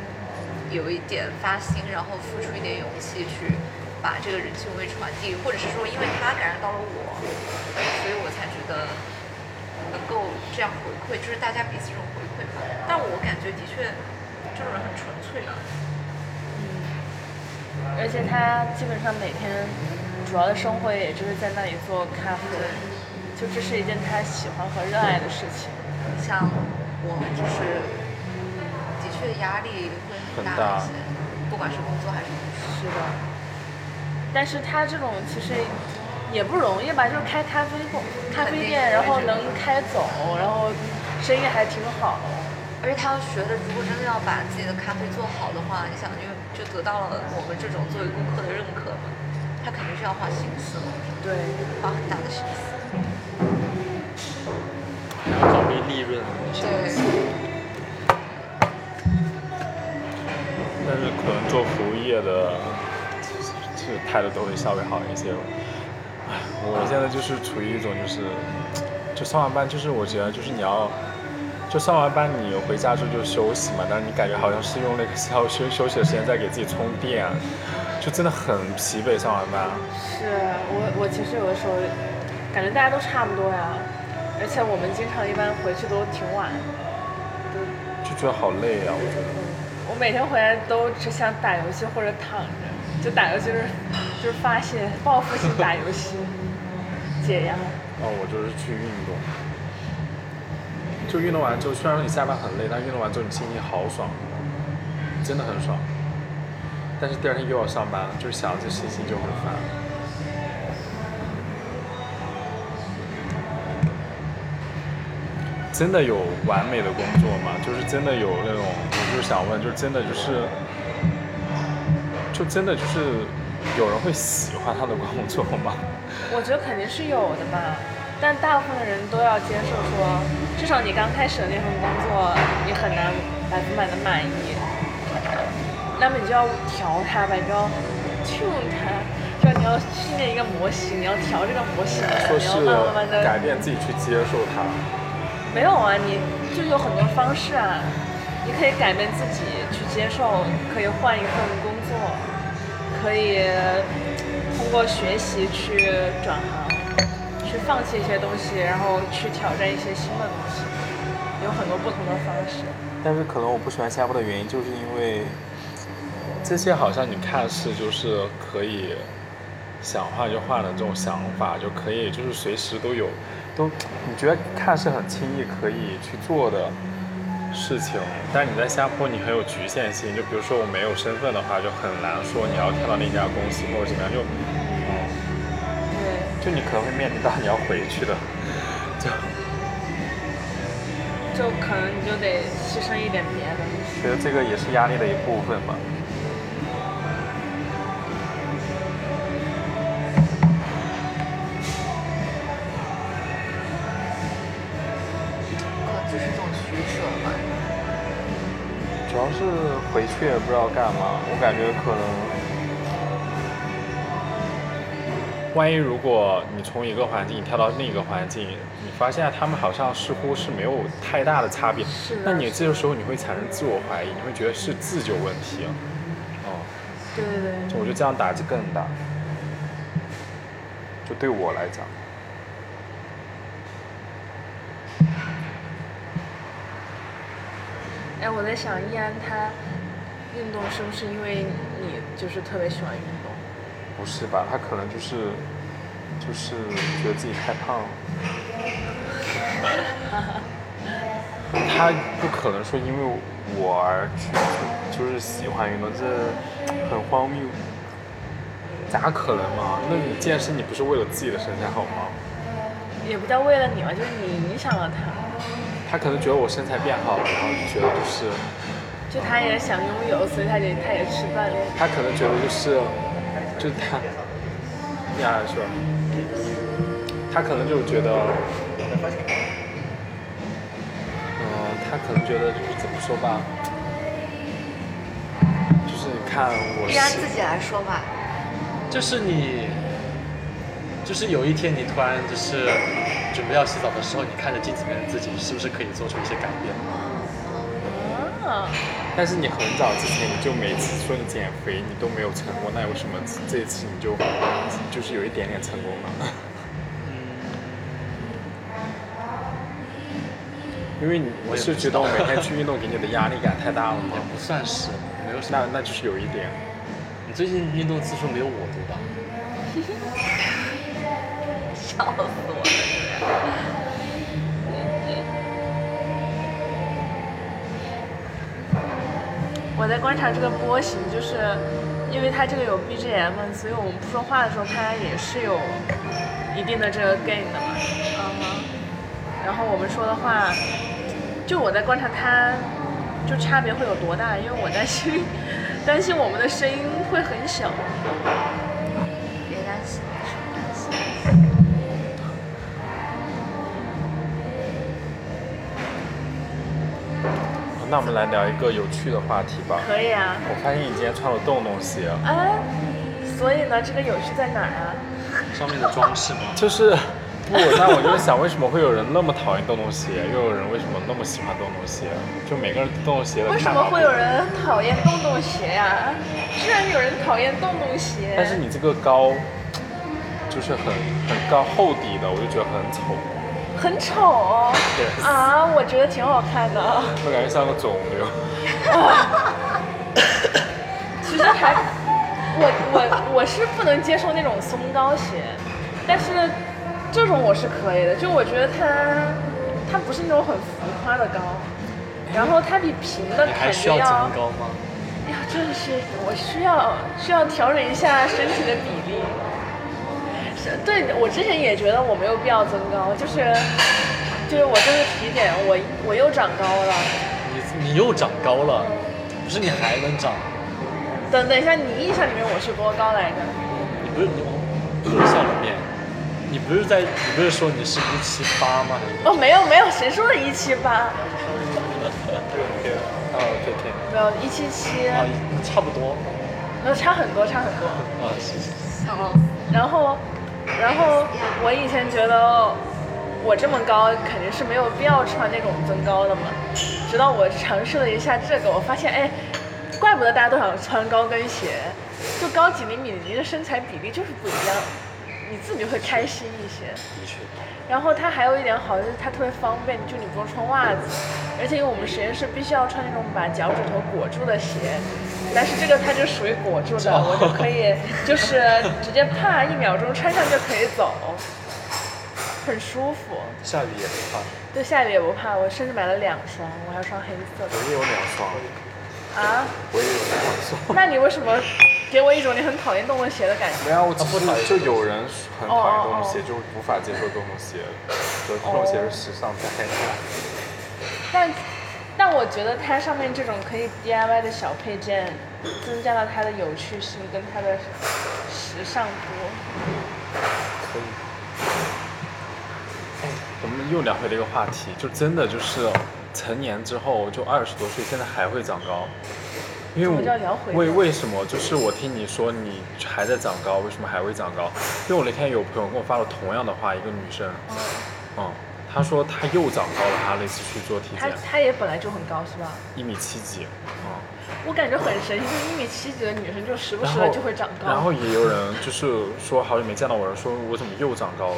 Speaker 3: 有一点发心，然后付出一点勇气去把这个人情味传递，或者是说因为他感染到了我，所以我才觉得能够这样回馈，就是大家彼此这种回馈吧。但我感觉的确，这种人很纯粹啊。
Speaker 2: 而且他基本上每天主要的生活也就是在那里做咖啡，就这是一件他喜欢和热爱的事情。
Speaker 3: 像我们就是，的确压力会很
Speaker 4: 很大
Speaker 3: 大一些，不管是工作还是读书。
Speaker 2: 是的。但是他这种其实也不容易吧，就是开咖啡馆、咖啡店，然后能开走，然后生意还挺好。
Speaker 3: 而且他要学的，如果真的要把自己的咖啡做好的话，你想就就得到了我们这种作为顾客的认可嘛，他肯定是要花心思的，
Speaker 2: 对，
Speaker 3: 花很大的心思。
Speaker 5: 还要考虑利润那些。
Speaker 3: 对，
Speaker 4: 但是可能做服务业的，这个态度都会稍微好一些。唉我现在就是处于一种就是，就上完班就是我觉得就是你要，就上完班你回家之后就休息嘛，但是你感觉好像是用那个消休 *laughs* 休息的时间在给自己充电，啊就真的很疲惫。上完班，啊
Speaker 2: 是我我其实有的时候感觉大家都差不多呀，而且我们经常一般回去都挺晚。
Speaker 4: 就觉得好累啊，我觉得。
Speaker 2: 我每天回来都只想打游戏或者躺着，就打游戏就是就是发泄，报复性打游
Speaker 4: *laughs*
Speaker 2: 戏，解压。
Speaker 4: 哦，我就是去运动，就运动完之后，虽然说你下班很累，但运动完之后你心情好爽，真的很爽。但是第二天又要上班，就是想这事情就很烦。真的有完美的工作吗？就是真的有那种，我就是想问，就是真的就是，就真的就是有人会喜欢他的工作吗？
Speaker 2: 我觉得肯定是有的吧，但大部分的人都要接受说，至少你刚开始的那份工作，你很难百分百的满意，那么你就要调它呗，你就要 tune 它，就你要训练一个模型，你要调这个模型，
Speaker 4: 说
Speaker 2: 你要
Speaker 4: 是
Speaker 2: 慢慢慢的
Speaker 4: 改变自己去接受它，
Speaker 2: 没有啊，你就有很多方式啊，你可以改变自己去接受，可以换一份工作，可以通过学习去转行，去放弃一些东西，然后去挑战一些新的东西，有很多不同的方式。
Speaker 4: 但是可能我不喜欢新加坡的原因，就是因为这些好像你看似就是可以想换就换的这种想法，就可以就是随时都有，都你觉得看似很轻易可以去做的事情，但你在新加坡你很有局限性，就比如说我没有身份的话，就很难说你要跳到那家公司或者怎么样，就嗯，
Speaker 2: 对，
Speaker 4: 就你可能会面临到你要回去的，就
Speaker 2: 就可能你就得牺牲一点别的。
Speaker 4: 觉得这个也是压力的一部分吧。
Speaker 3: 可能呃就是这种取舍吧。
Speaker 4: 主要是回去也不知道干嘛，我感觉可能。万一如果你从一个环境跳到另一个环境，你发现他们好像似乎是没有太大的差别，
Speaker 2: 是啊的
Speaker 4: 那你这个时候你会产生自我怀疑，你会觉得是自己有问题，啊
Speaker 2: 啊
Speaker 4: 哦，
Speaker 2: 对对对。
Speaker 4: 就我觉得这样打击更大，就对我来讲。
Speaker 2: 哎，我在想，易安他运动是不是因为你就是特别喜欢运动？
Speaker 4: 不是吧？他可能就是就是觉得自己太胖了。他不可能说因为我而去就是喜欢运动，这很荒谬。
Speaker 2: 嗯，
Speaker 4: 咋可能嘛？那你健身，你不是为了自己的身材好吗？
Speaker 2: 也不叫为了你嘛，就是你影响了他，
Speaker 4: 他可能觉得我身材变好了，然后就觉得就是，
Speaker 2: 就他也想拥有，所以他也他也吃饭了。
Speaker 4: 他可能觉得就是，就他，你还说，他可能就觉得，呃嗯、他可能觉得就是怎么说吧，就是你看我
Speaker 3: 依然
Speaker 4: 是
Speaker 3: 自己来说吧，
Speaker 5: 就是你，就是有一天你突然就是准备要洗澡的时候，你看着镜子里面的自己，是不是可以做出一些改变？
Speaker 2: 啊，
Speaker 4: 但是你很早之前你就每次说你减肥，你都没有成功，那为什么这一次你就就是有一点点成功了？因为你
Speaker 5: 我
Speaker 4: 我
Speaker 5: 也
Speaker 4: 是
Speaker 5: 不
Speaker 4: 觉
Speaker 5: 知
Speaker 4: 得
Speaker 5: 道
Speaker 4: 我每天去运动给你的压力感太大了
Speaker 5: 也
Speaker 4: 嘛，
Speaker 5: 不算是，没有什么。
Speaker 4: 那那就是有一点。
Speaker 5: 你最近运动次数没有我多吧？
Speaker 3: 笑死我了。
Speaker 2: 我在观察这个波形，就是因为它这个有 BGM，所以我们不说话的时候，它也是有一定的这个 gain 的嘛。嗯哼。然后我们说的话，就我在观察它，就差别会有多大，因为我担心 *laughs* 担心我们的声音会很小。
Speaker 3: 别担心，没什么担心。
Speaker 4: 那我们来聊一个有趣的话题吧。
Speaker 2: 可以啊。
Speaker 4: 我发现你今天穿了洞洞鞋，啊
Speaker 2: 哎，所以呢，这个有趣在哪儿啊？
Speaker 5: 上面的装饰吗？
Speaker 4: 就是不，那我就是想，为什么会有人那么讨厌洞洞鞋，又有人为什么那么喜欢洞洞鞋？就每个人对洞洞鞋的
Speaker 2: 为什
Speaker 4: 看法
Speaker 2: 么
Speaker 4: 不
Speaker 2: 会
Speaker 4: 一
Speaker 2: 有
Speaker 4: 样
Speaker 2: 人讨厌洞洞鞋呀、居然有人讨厌洞洞鞋。
Speaker 4: 但是你这个高，就是很很高厚底的，我就觉得很丑，
Speaker 2: 很丑
Speaker 4: Yes
Speaker 2: 啊，我觉得挺好看的。
Speaker 4: 我感觉像个肿瘤。
Speaker 2: 其实还， *laughs* 我我我是不能接受那种松糕鞋，但是这种我是可以的，就我觉得它它不是那种很浮夸的高，然后它比平的
Speaker 5: 你还
Speaker 2: 肯
Speaker 5: 需
Speaker 2: 定
Speaker 5: 要
Speaker 2: 要，啊
Speaker 5: 增高吗？
Speaker 2: 哎呀，真的是我需要需要调整一下身体的比例。是对我之前也觉得我没有必要增高，就是就是我这个体检，我我又长高了。
Speaker 5: 你你又长高了，不是你还能长？
Speaker 2: 等等一下，你印象里面我是多高来着？
Speaker 5: 你不是你不是笑里面，你不是在你不是说你是一七八吗？还是
Speaker 2: 哦，没有没有，谁说的一七八？
Speaker 4: 哦，对对，
Speaker 2: 没有一七七，
Speaker 5: 啊，差不多。
Speaker 2: 那差很多，差很多。
Speaker 5: 啊，是是是。
Speaker 3: 笑死。
Speaker 2: 然后，然后我以前觉得我这么高肯定是没有必要穿那种增高的嘛，直到我尝试了一下这个，我发现哎，怪不得大家都想穿高跟鞋，就高几厘米，你的身材比例就是不一样，你自己会开心一些。
Speaker 5: 的确，
Speaker 2: 然后它还有一点好就是它特别方便，就你不用穿袜子，而且因为我们实验室必须要穿那种把脚趾头裹住的鞋，但是这个它就属于裹住
Speaker 5: *laughs*
Speaker 2: 的，我就可以就是直接啪一秒钟穿上就可以走，很舒服。
Speaker 5: 下雨也不怕。
Speaker 2: 对下雨也不怕，我甚至买了两双，我还有双黑色
Speaker 4: 我也有两双，
Speaker 2: 的啊。
Speaker 4: 我也有两双。
Speaker 2: 那你为什么给我一种你很讨厌动的鞋的感觉？
Speaker 4: 没有，我只啊是就有人很讨厌洞洞鞋
Speaker 2: 哦哦，哦
Speaker 4: 就无法接受洞洞鞋，就是洞洞鞋是时尚灾害。
Speaker 2: 但但我觉得它上面这种可以 DIY 的小配件，增加了它的有趣性跟它的时尚度。
Speaker 4: 可以。哎，我们又聊回了一个话题，就真的就是成年之后，就二十多岁，现在还会长高。因为
Speaker 2: 怎么叫聊回
Speaker 4: 我
Speaker 2: 呢
Speaker 4: 为为什么就是我听你说你还在长高，为什么还会长高？因为我那天有朋友跟我发了同样的话，一个女生，
Speaker 2: 哦
Speaker 4: 嗯，她说她又长高了，她那次去做体
Speaker 2: 它
Speaker 4: 检，
Speaker 2: 它也本来就很高是吧？
Speaker 4: 一米七几，嗯，
Speaker 2: 我感觉很神奇，就一米七几的女生就时不
Speaker 4: 然
Speaker 2: 时
Speaker 4: 后
Speaker 2: 的就会长高。
Speaker 4: 然后也有人就是说好久没见到我了，说我怎么又长高了？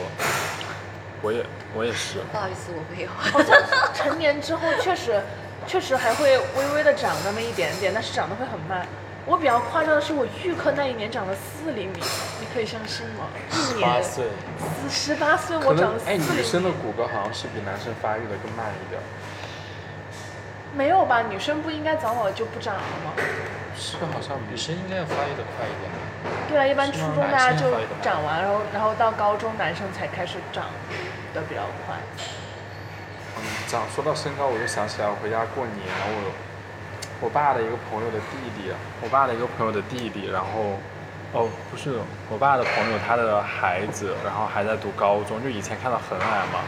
Speaker 4: 我也我也是，
Speaker 3: 不好意思，我没有。
Speaker 2: 好像成年之后确实确实还会微微的长那么一点点，但是长得会很慢。我比较夸张的是，我预科那一年长了四厘米，你可以相信吗？一
Speaker 5: 八
Speaker 2: 年
Speaker 5: 岁，
Speaker 2: 十八岁
Speaker 4: 可
Speaker 2: 我长
Speaker 4: 能
Speaker 2: 了四
Speaker 4: 哎，
Speaker 2: 厘
Speaker 4: 女
Speaker 2: 米。
Speaker 4: 生的骨骼好像是比男生发育的更慢一点，
Speaker 2: 没有吧？女生不应该早晚就不长了吗？
Speaker 5: 这个好像女生应该要发育的快一点。
Speaker 2: 对啊，一般初
Speaker 5: 是吗
Speaker 2: 中大家
Speaker 5: 男
Speaker 2: 就
Speaker 5: 生发育得快
Speaker 2: 长完，然后然后到高中男生才开始长得比较快。
Speaker 4: 嗯，讲说到身高，我就想起来我回家过年，我我爸的一个朋友的弟弟，我爸的一个朋友的弟弟，然后哦不是我爸的朋友他的孩子，然后还在读高中，就以前看到很矮嘛，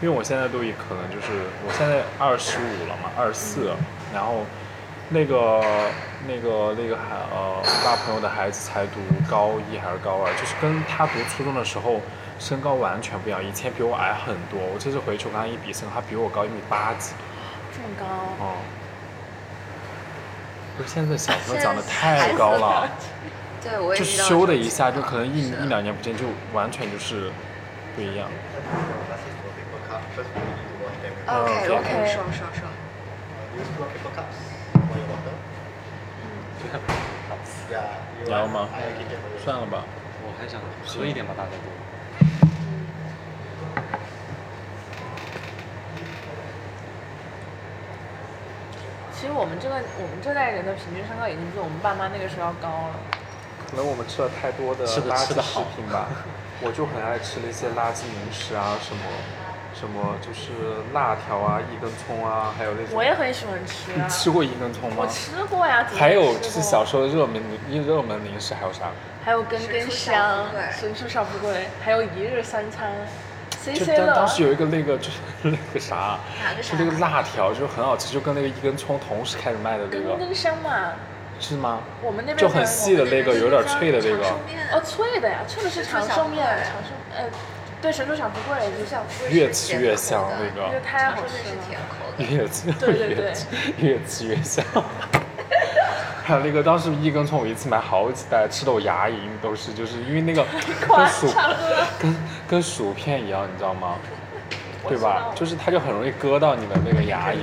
Speaker 4: 因为我现在都已可能就是我现在二十五了嘛，二十四，然后那个那个那个孩呃，我爸朋友的孩子才读高一还是高二，就是跟他读初中的时候身高完全不一样，以前比我矮很多。我这次回去我跟他一比身高，他比我高一米八几。
Speaker 2: 这么高，
Speaker 4: 哦，不是现在小朋友长得太高了，
Speaker 3: 对，
Speaker 4: *laughs*
Speaker 3: 我也
Speaker 4: 就
Speaker 3: 遇到
Speaker 4: 咻的
Speaker 3: 这种
Speaker 4: 一
Speaker 3: 情
Speaker 4: 下，就
Speaker 3: 况
Speaker 4: 可能一
Speaker 3: 是
Speaker 4: 一两年不见就完全就是不一样。
Speaker 3: OK
Speaker 4: OK
Speaker 3: OK，说说说，
Speaker 4: 你要吗？算了吧，
Speaker 5: 我还想喝一点吧，大哥哥。
Speaker 2: 其实我们这个我们这代人的平均身高已经比我们爸妈那个时候要高了。
Speaker 4: 可能我们吃了太多的
Speaker 5: 吃得
Speaker 4: 垃圾
Speaker 5: 吃得好
Speaker 4: 食品 *laughs* 吧，我就很爱吃那些垃圾零食啊，什么什么就是辣条啊、一根葱啊，还有那种。
Speaker 2: 我也很喜欢吃
Speaker 4: 你
Speaker 2: 啊，
Speaker 4: 吃过一根葱吗
Speaker 2: 我？吃过呀。怎么
Speaker 4: 还有
Speaker 2: 没
Speaker 4: 就
Speaker 2: 吃
Speaker 4: 是
Speaker 2: 过
Speaker 4: 小时候的热门零热门零食还有啥？
Speaker 2: 还有根根香
Speaker 3: 神
Speaker 2: 神
Speaker 3: 厨小富贵、
Speaker 2: 厨小富贵，还有一日三餐，C
Speaker 4: 就
Speaker 2: C
Speaker 4: 当
Speaker 2: 乐
Speaker 4: 当。时有一个那个就是 *laughs* 那个啥，啊
Speaker 3: 哪个
Speaker 4: 是
Speaker 3: 啥？
Speaker 4: 那个辣条，就很好吃，就跟那个一根葱同时开始卖的那
Speaker 2: 根
Speaker 4: 个，
Speaker 2: 根香嘛，
Speaker 4: 是吗？
Speaker 2: 我们那边
Speaker 4: 就很细的那个，有点脆的那
Speaker 3: 长寿
Speaker 4: 个，
Speaker 3: 面
Speaker 2: 哦，脆的呀，脆的是
Speaker 3: 神厨
Speaker 2: 长
Speaker 3: 小
Speaker 2: 寿
Speaker 3: 富
Speaker 2: 面，
Speaker 3: 贵
Speaker 2: 长寿呃，对，神厨小富贵就像，
Speaker 4: 越吃越香那
Speaker 3: 那
Speaker 2: 那个
Speaker 4: 个，
Speaker 2: 太好
Speaker 3: 长寿
Speaker 2: 吃
Speaker 3: 面是甜
Speaker 2: 了。
Speaker 3: 口的。
Speaker 4: *laughs* 越吃
Speaker 2: 对对对
Speaker 4: 越吃越吃越香。 *laughs* 还有那个，当时一根葱我一次买好几袋，吃的我牙龈都是，就是因为那个
Speaker 2: 夸
Speaker 4: 跟薯
Speaker 2: 张了，
Speaker 4: 跟跟薯片一样，你知道吗？对吧？
Speaker 2: 我知道
Speaker 4: 就是它就很容易割到你的那个牙龈。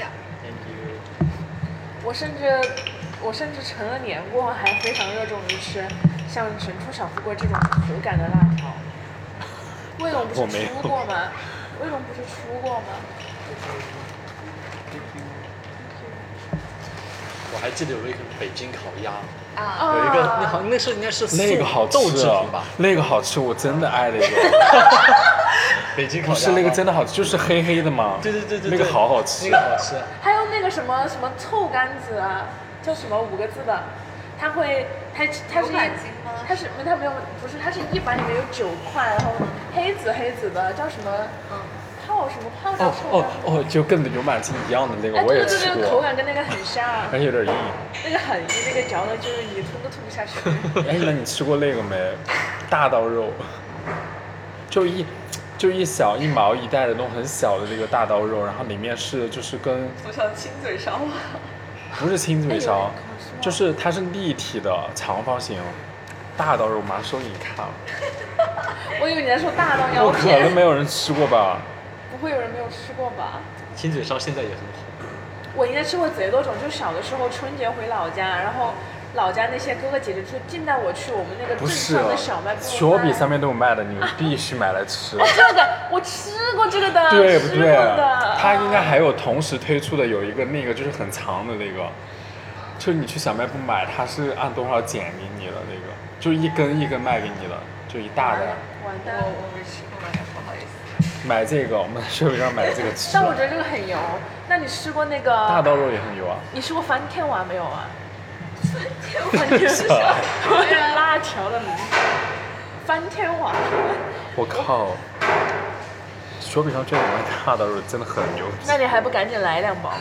Speaker 3: 呀
Speaker 2: 我甚至我甚至成了年过后还非常热衷于吃像神厨小富贵这种口感的辣条。卫龙
Speaker 4: 我
Speaker 2: 不是
Speaker 4: 没有
Speaker 2: 出过吗？卫龙不是出过吗？
Speaker 5: 我还记得有一个北京烤鸭，
Speaker 3: 啊，
Speaker 2: 啊
Speaker 5: 有一个那好那是应该是
Speaker 4: 那个好
Speaker 5: 豆
Speaker 4: 吃
Speaker 5: 制
Speaker 4: 啊
Speaker 5: 品吧？
Speaker 4: 那个好吃，我真的爱那个。
Speaker 5: 北京烤
Speaker 4: 不
Speaker 5: 鸭
Speaker 4: 是那个真
Speaker 5: 的，
Speaker 4: 的好吃，就是黑黑的嘛。
Speaker 5: 对对对对，
Speaker 4: 那个
Speaker 5: 对
Speaker 4: 好好吃
Speaker 5: 那。个好吃。
Speaker 2: 还有那个什么什么臭干子啊，叫什么五个字的，它会它它是
Speaker 3: 五
Speaker 2: 一
Speaker 3: 百斤吗
Speaker 2: 它是没它没有不是它是一碗里面有九块，然后黑紫黑紫的叫什么
Speaker 3: 嗯，
Speaker 2: 泡什么泡叫
Speaker 4: 哦
Speaker 2: 臭
Speaker 4: 哦
Speaker 2: 干子。
Speaker 4: 哦，就跟牛板筋一样的那个
Speaker 2: 哎，
Speaker 4: 我
Speaker 2: 对
Speaker 4: 也
Speaker 2: 对对，
Speaker 4: 吃
Speaker 2: 那个口
Speaker 4: 过，
Speaker 2: 感跟那个很像，
Speaker 4: 而且有点硬。
Speaker 2: 那个很硬，那个嚼的就是你吞都吞不下
Speaker 4: *laughs*
Speaker 2: 去。
Speaker 4: 哎，那你吃过那个没？大刀肉，就一就一小一毛一袋的那种很小的那个大刀肉，然后里面是就是跟
Speaker 3: 不像亲嘴烧啊。
Speaker 4: 不是亲嘴
Speaker 2: 哎有
Speaker 4: 烧
Speaker 2: 点可惜，了
Speaker 4: 就是它是立体的长方形。大刀肉，马上给你看。
Speaker 2: 我以为你在说大豆
Speaker 4: 不
Speaker 2: 腰
Speaker 4: 可能没
Speaker 2: 片，
Speaker 4: 有人吃过吧？
Speaker 2: 不会有人没有吃过吧？
Speaker 5: 亲嘴烧现在也很火，
Speaker 2: 我应该吃过贼多种，就小的时候春节回老家，然后老家那些哥哥姐姐就尽带我去我们那个
Speaker 4: 不
Speaker 2: 镇
Speaker 4: 是
Speaker 2: 上的小卖，部卖。
Speaker 4: 小比上面都有卖的，你必须买来
Speaker 2: *laughs*
Speaker 4: 吃。
Speaker 2: 这个我吃过这个 *laughs* 的，
Speaker 4: 对不
Speaker 2: 吃过
Speaker 4: 对
Speaker 2: 的？。
Speaker 4: 它应该还有同时推出的有一个那个就是很长的那个，就是你去小卖部买，它是按多少减给你的那个，就是一根一根卖给你的，就一大袋。
Speaker 2: 完
Speaker 3: 我
Speaker 2: 蛋了。
Speaker 3: 我没吃过，不好意思。
Speaker 4: 买这个，我们在社会上买这个吃
Speaker 2: 但。我觉得这个很油。那你吃过那
Speaker 4: 大
Speaker 2: 个？
Speaker 4: 刀肉也很油啊，
Speaker 2: 你吃过翻天丸没有啊？
Speaker 4: *laughs*
Speaker 3: 我就是
Speaker 4: *laughs*
Speaker 2: 辣条的名字，翻天丸。
Speaker 4: 我靠！小比上这种大刀肉真的很牛逼，
Speaker 2: 那你还不赶紧来两包？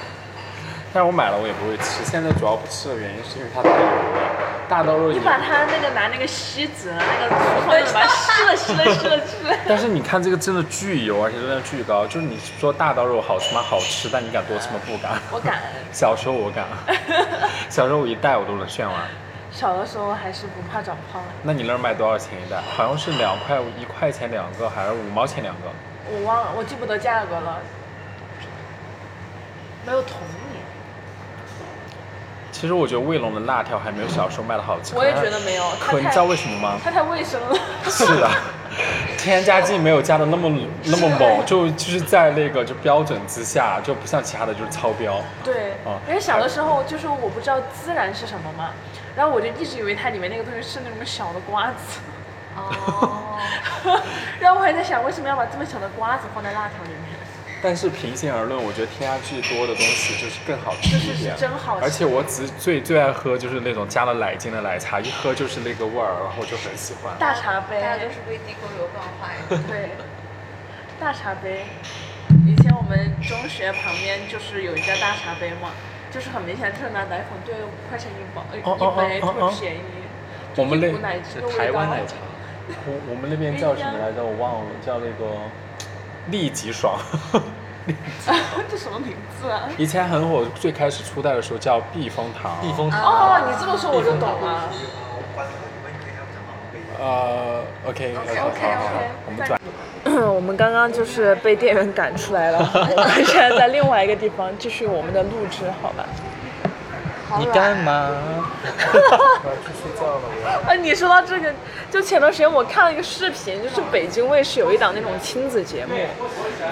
Speaker 4: 但是我买了我也不会吃。现在主要不吃的原因是因为它太油了。大刀肉
Speaker 2: 你
Speaker 4: 也，
Speaker 2: 把它那个拿那个锡纸，那个粗的把它吸了吸了吸了吸了。
Speaker 4: 但是你看这个真的巨油，而且热量巨高。就是你说大刀肉好吃吗？好吃，但你敢多吃吗？不敢。 *laughs*
Speaker 2: 我敢，
Speaker 4: 小时候我敢， *laughs* 小时候我一袋我都能炫完。
Speaker 2: 小的时候还是不怕长胖。
Speaker 4: 那你那儿卖多少钱一袋？好像是两块一块钱两个，还是五毛钱两个？
Speaker 2: 我忘了，我记不得价格了。没有同你。
Speaker 4: 其实我觉得卫龙的辣条还没有小时候卖的好吃。
Speaker 2: 我也
Speaker 4: 可能
Speaker 2: 觉得没有它
Speaker 4: 可你
Speaker 2: 太
Speaker 4: 知道为什么吗？
Speaker 2: 它太卫生了。
Speaker 4: 是的，添加剂没有加的那么那么猛，就就是在那个就标准之下，就不像其他的就是超标。
Speaker 2: 对
Speaker 4: 哦，
Speaker 2: 因为小的时候就是我不知道孜然是什么嘛，然后我就一直以为它里面那个东西是那种小的瓜 *laughs* 子，
Speaker 3: 哦，
Speaker 2: 然后我还在想为什么要把这么小的瓜子放在辣条里面。
Speaker 4: 但是平心而论，我觉得添加剂多的东西就是更好吃
Speaker 2: 就是
Speaker 4: 一点，
Speaker 2: 是真好吃
Speaker 4: 而且我只最最爱喝就是那种加了奶精的奶茶，一喝就是那个味儿，然后我就很喜欢。
Speaker 2: 大茶杯，
Speaker 3: 大家都是被地沟油惯坏的。
Speaker 2: 对，大茶杯。以前我们中学旁边就是有一家大茶杯嘛，就是很明显，特拿奶粉兑五块钱一包，呃
Speaker 4: 哦哦哦
Speaker 2: 一杯
Speaker 4: 哦
Speaker 2: 特
Speaker 4: 哦
Speaker 2: 便宜。
Speaker 4: 我们那
Speaker 2: 一股奶汁的味道
Speaker 5: 台湾奶茶，
Speaker 4: 我我们那边叫什么来着？我忘了，叫那个利极爽。
Speaker 2: *laughs* 这什么名字啊？
Speaker 4: 以前很火，最开始初代的时候叫避风塘。
Speaker 5: 避风塘，
Speaker 2: 哦，你这么说我就懂了。
Speaker 4: 呃，OK OK
Speaker 3: OK，OK，
Speaker 4: 好，我们转。
Speaker 2: *coughs* 我们刚刚就是被店员赶出来了， *laughs* 我们现在在另外一个地方继续我们的录制，好吧？
Speaker 5: 你干嘛？
Speaker 2: *laughs* 啊，你说到这个，就前段时间我看了一个视频，就是北京卫视有一档那种亲子节目，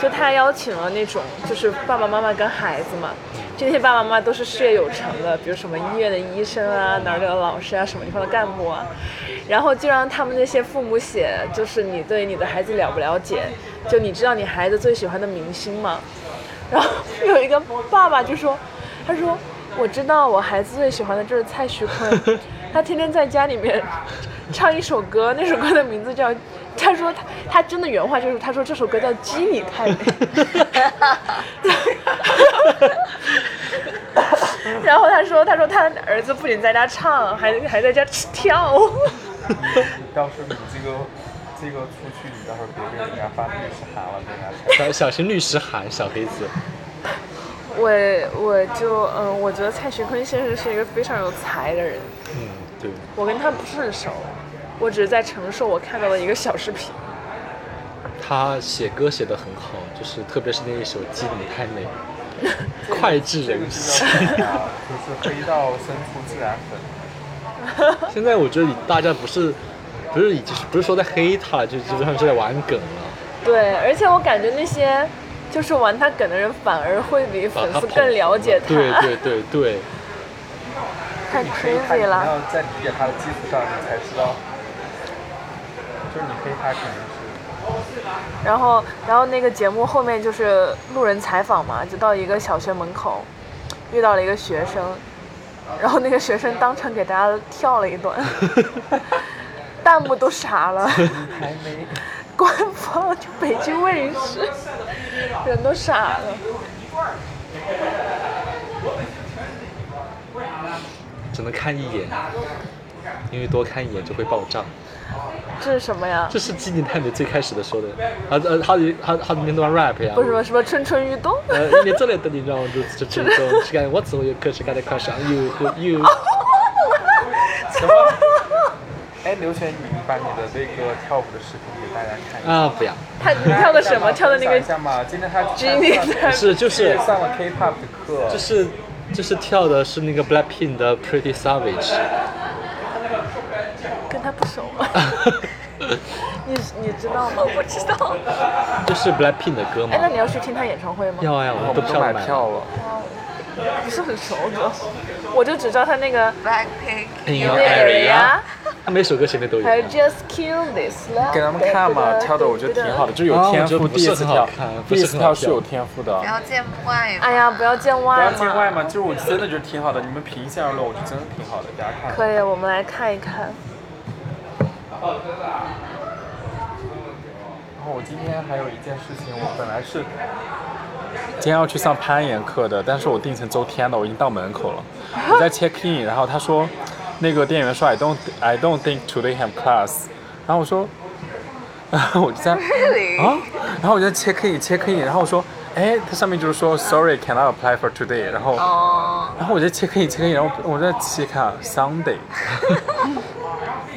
Speaker 2: 就他邀请了那种就是爸爸妈妈跟孩子嘛，这些爸爸妈妈都是事业有成的，比如什么医院的医生啊，哪儿的老师啊，什么地方的干部啊，然后就让他们那些父母写，就是你对你的孩子了不了解，就你知道你孩子最喜欢的明星吗？然后有一个爸爸就说，他说我知道我孩子最喜欢的就是蔡徐坤，他天天在家里面唱一首歌，那首歌的名字叫，他说他他真的原话就是他说这首歌叫《鸡你太美》，然后他说他说他儿子不仅在家唱，还还在家吃跳。
Speaker 4: 到时候你这个这个出去，你到时候别给人家发律师函了，给人家。
Speaker 5: 小小心律师函，小黑子。
Speaker 2: 我我就嗯，我觉得蔡徐坤先生是一个非常有才的人。
Speaker 5: 嗯，对，
Speaker 2: 我跟他不是很熟，我只是在陈述我看到的一个小视频。
Speaker 5: 他写歌写得很好，就是特别是那一首《鸡你太美》，脍炙人心。 *laughs*
Speaker 4: 就是黑到生出自然粉。
Speaker 5: 现在我觉得大家不是不是已经不是说在黑他了，就基本上是在玩梗了。
Speaker 2: 对，而且我感觉那些就是玩他梗的人，反而会比
Speaker 5: 把
Speaker 2: 粉
Speaker 5: 他
Speaker 2: 丝
Speaker 5: 捧
Speaker 2: 更了解他。
Speaker 5: 对对对对，
Speaker 2: *laughs* 太 crazy 了。
Speaker 4: 在理解他的基础上，你才知道，就是你黑他肯定是。
Speaker 2: 然后，然后那个节目后面就是路人采访嘛，就到一个小学门口，遇到了一个学生，然后那个学生当场给大家跳了一段，弹幕都傻了。
Speaker 4: 还没。
Speaker 2: *laughs* 官方就北京卫视，人都傻了。
Speaker 5: 只能看一眼，因为多看一眼就会爆炸。
Speaker 2: 这是什么呀？
Speaker 5: 这是《鸡你太美》最开始的说的，啊呃，他的他他的那段 rap 呀
Speaker 2: 不。是什么什么蠢蠢欲动，
Speaker 5: 呃，因为这类的你知道吗？就是这种，是感我之后有可是感觉快上 you 和 you，
Speaker 2: *laughs*
Speaker 4: 什么？哎，刘璇，你把你的那个跳舞的视频给大家看一下。
Speaker 5: 啊不要，
Speaker 2: 他你跳的
Speaker 4: *laughs*
Speaker 2: 什么？跳的那
Speaker 4: 分享
Speaker 2: 个
Speaker 4: 一下嘛，今天他
Speaker 2: 吉尼
Speaker 5: 不
Speaker 2: 在
Speaker 5: 是就是
Speaker 4: 上了 K-pop 的课，
Speaker 5: 就是就是跳的是那个 Blackpink 的 Pretty Savage， *laughs*
Speaker 2: 跟他
Speaker 4: *laughs*
Speaker 2: 不熟吗？你你知道吗？我知道。
Speaker 5: 这是 Blackpink 的歌
Speaker 2: 哎，那
Speaker 5: 吗？
Speaker 2: 你要去听他演唱会吗？
Speaker 5: 要呀，啊我
Speaker 4: 我
Speaker 5: 们都
Speaker 4: 们
Speaker 5: 票
Speaker 4: 都买
Speaker 5: 买了。
Speaker 4: 票了。
Speaker 2: 不是很熟，主要是我就只知道他那个
Speaker 3: Blackpink
Speaker 5: In
Speaker 3: You
Speaker 5: Your
Speaker 4: 啊
Speaker 5: Area 他每首歌前面都有。
Speaker 2: 啊还有 Just Kill This Love。
Speaker 4: 给他们看嘛，跳的我觉得挺好的，。就是有天
Speaker 5: 啊
Speaker 4: 赋。
Speaker 5: 我觉得不
Speaker 4: 第一
Speaker 5: 是
Speaker 4: 次
Speaker 5: 很好
Speaker 4: 跳
Speaker 5: 看，
Speaker 4: 第
Speaker 5: 不
Speaker 4: 一
Speaker 5: 是
Speaker 4: 次
Speaker 5: 很
Speaker 4: 跳
Speaker 5: 好
Speaker 4: 是有天赋的
Speaker 3: 不。要啊见外嘛。
Speaker 2: 哎呀，不要见
Speaker 4: 不
Speaker 2: 外
Speaker 4: 要
Speaker 2: 嘛！
Speaker 4: 见外嘛，就是我真的觉得挺好的，你们平心而论，我觉得真的挺好的，大家看。
Speaker 2: 可以，我们来看一看。
Speaker 4: 然后我今天还有一件事情，我本来
Speaker 2: *laughs*
Speaker 4: 是今天要去上攀岩课的，但是我定成周天了，我已经到门口了，我在 check in，然后他说，那个店员说 I don't I don't think today have class，然后我说，我就
Speaker 2: *laughs*
Speaker 4: 在啊，然后我就在 check in check in，然后我说，哎，它上面就是说 sorry cannot apply for today，然后
Speaker 3: 哦，
Speaker 4: 然后我就切可以切可以，然后我在切看 Sunday，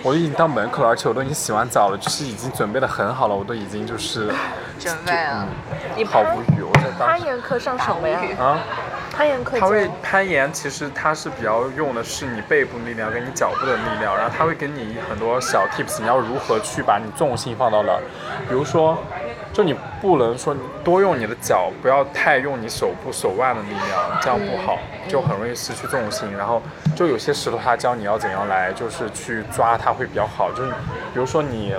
Speaker 4: 我已经到门口了，而且我都已经洗完澡了，就是已经准备的很好了，我都已经就是
Speaker 3: 准备了。
Speaker 2: 你
Speaker 4: 好
Speaker 2: 攀
Speaker 4: 无语，我在当
Speaker 2: 攀
Speaker 4: 时
Speaker 2: 岩课上什么呀？
Speaker 4: 啊，
Speaker 2: 攀岩可以
Speaker 4: 它
Speaker 2: 做
Speaker 4: 会
Speaker 2: 吗
Speaker 4: 攀岩，其实它是比较用的是你背部的力量跟你脚部的力量，然后它会给你很多小 tips，你要如何去把你重心放到哪儿。比如说，就你不能说你多用你的脚，不要太用你手部手腕的力量，这样不好，
Speaker 2: 嗯
Speaker 4: 就很容易失去重心。然后就有些石头它教你要怎样来，就是去抓它会比较好。就是比如说你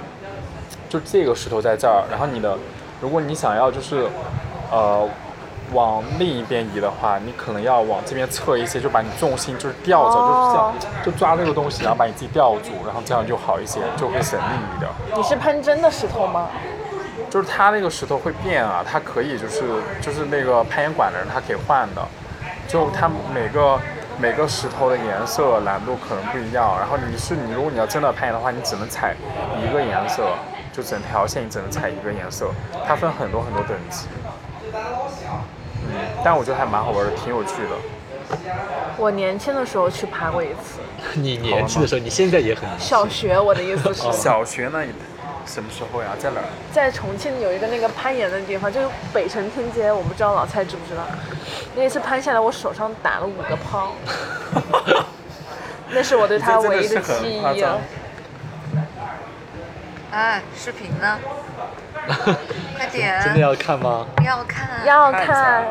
Speaker 4: 就这个石头在这儿，然后你的，如果你想要就是，呃，往另一边移的话，你可能要往这边侧一些，就把你重心就是吊着，就是这样，就抓这个东西，然后把你自己吊住，然后这样就好一些，就会省力一点。
Speaker 2: 你是攀真的石头吗？
Speaker 4: 就是它那个石头会变啊，它可以就是就是那个攀岩馆的人他可以换的，就它每个每个石头的颜色难度可能不一样，然后你是你如果你要真的攀岩的话，你只能踩一个颜色，就整条线你只能踩一个颜色，它分很多很多等级。嗯，但我觉得还蛮好玩的，挺有趣的。
Speaker 2: 我年轻的时候去爬过一次，
Speaker 5: 你年轻的时候，你现在也很年轻
Speaker 2: 小学我的意思
Speaker 4: *laughs*
Speaker 2: 是，
Speaker 4: 小学那一什么时候呀？在哪儿？
Speaker 2: 在重庆有一个那个攀岩的地方，就是北城天街，我不知道老蔡知不知道。那一次攀下来，我手上打了五个
Speaker 4: *laughs*
Speaker 2: 泡，那是我对
Speaker 4: 这
Speaker 2: 他
Speaker 4: 真
Speaker 2: 唯一记
Speaker 4: 是很夸
Speaker 2: 忆啊
Speaker 4: 张
Speaker 2: 了。。
Speaker 3: 哎，视频呢？快 *laughs* 点，
Speaker 5: 真的要看吗？
Speaker 3: 要看，啊
Speaker 2: 要
Speaker 4: 看一下
Speaker 2: 看，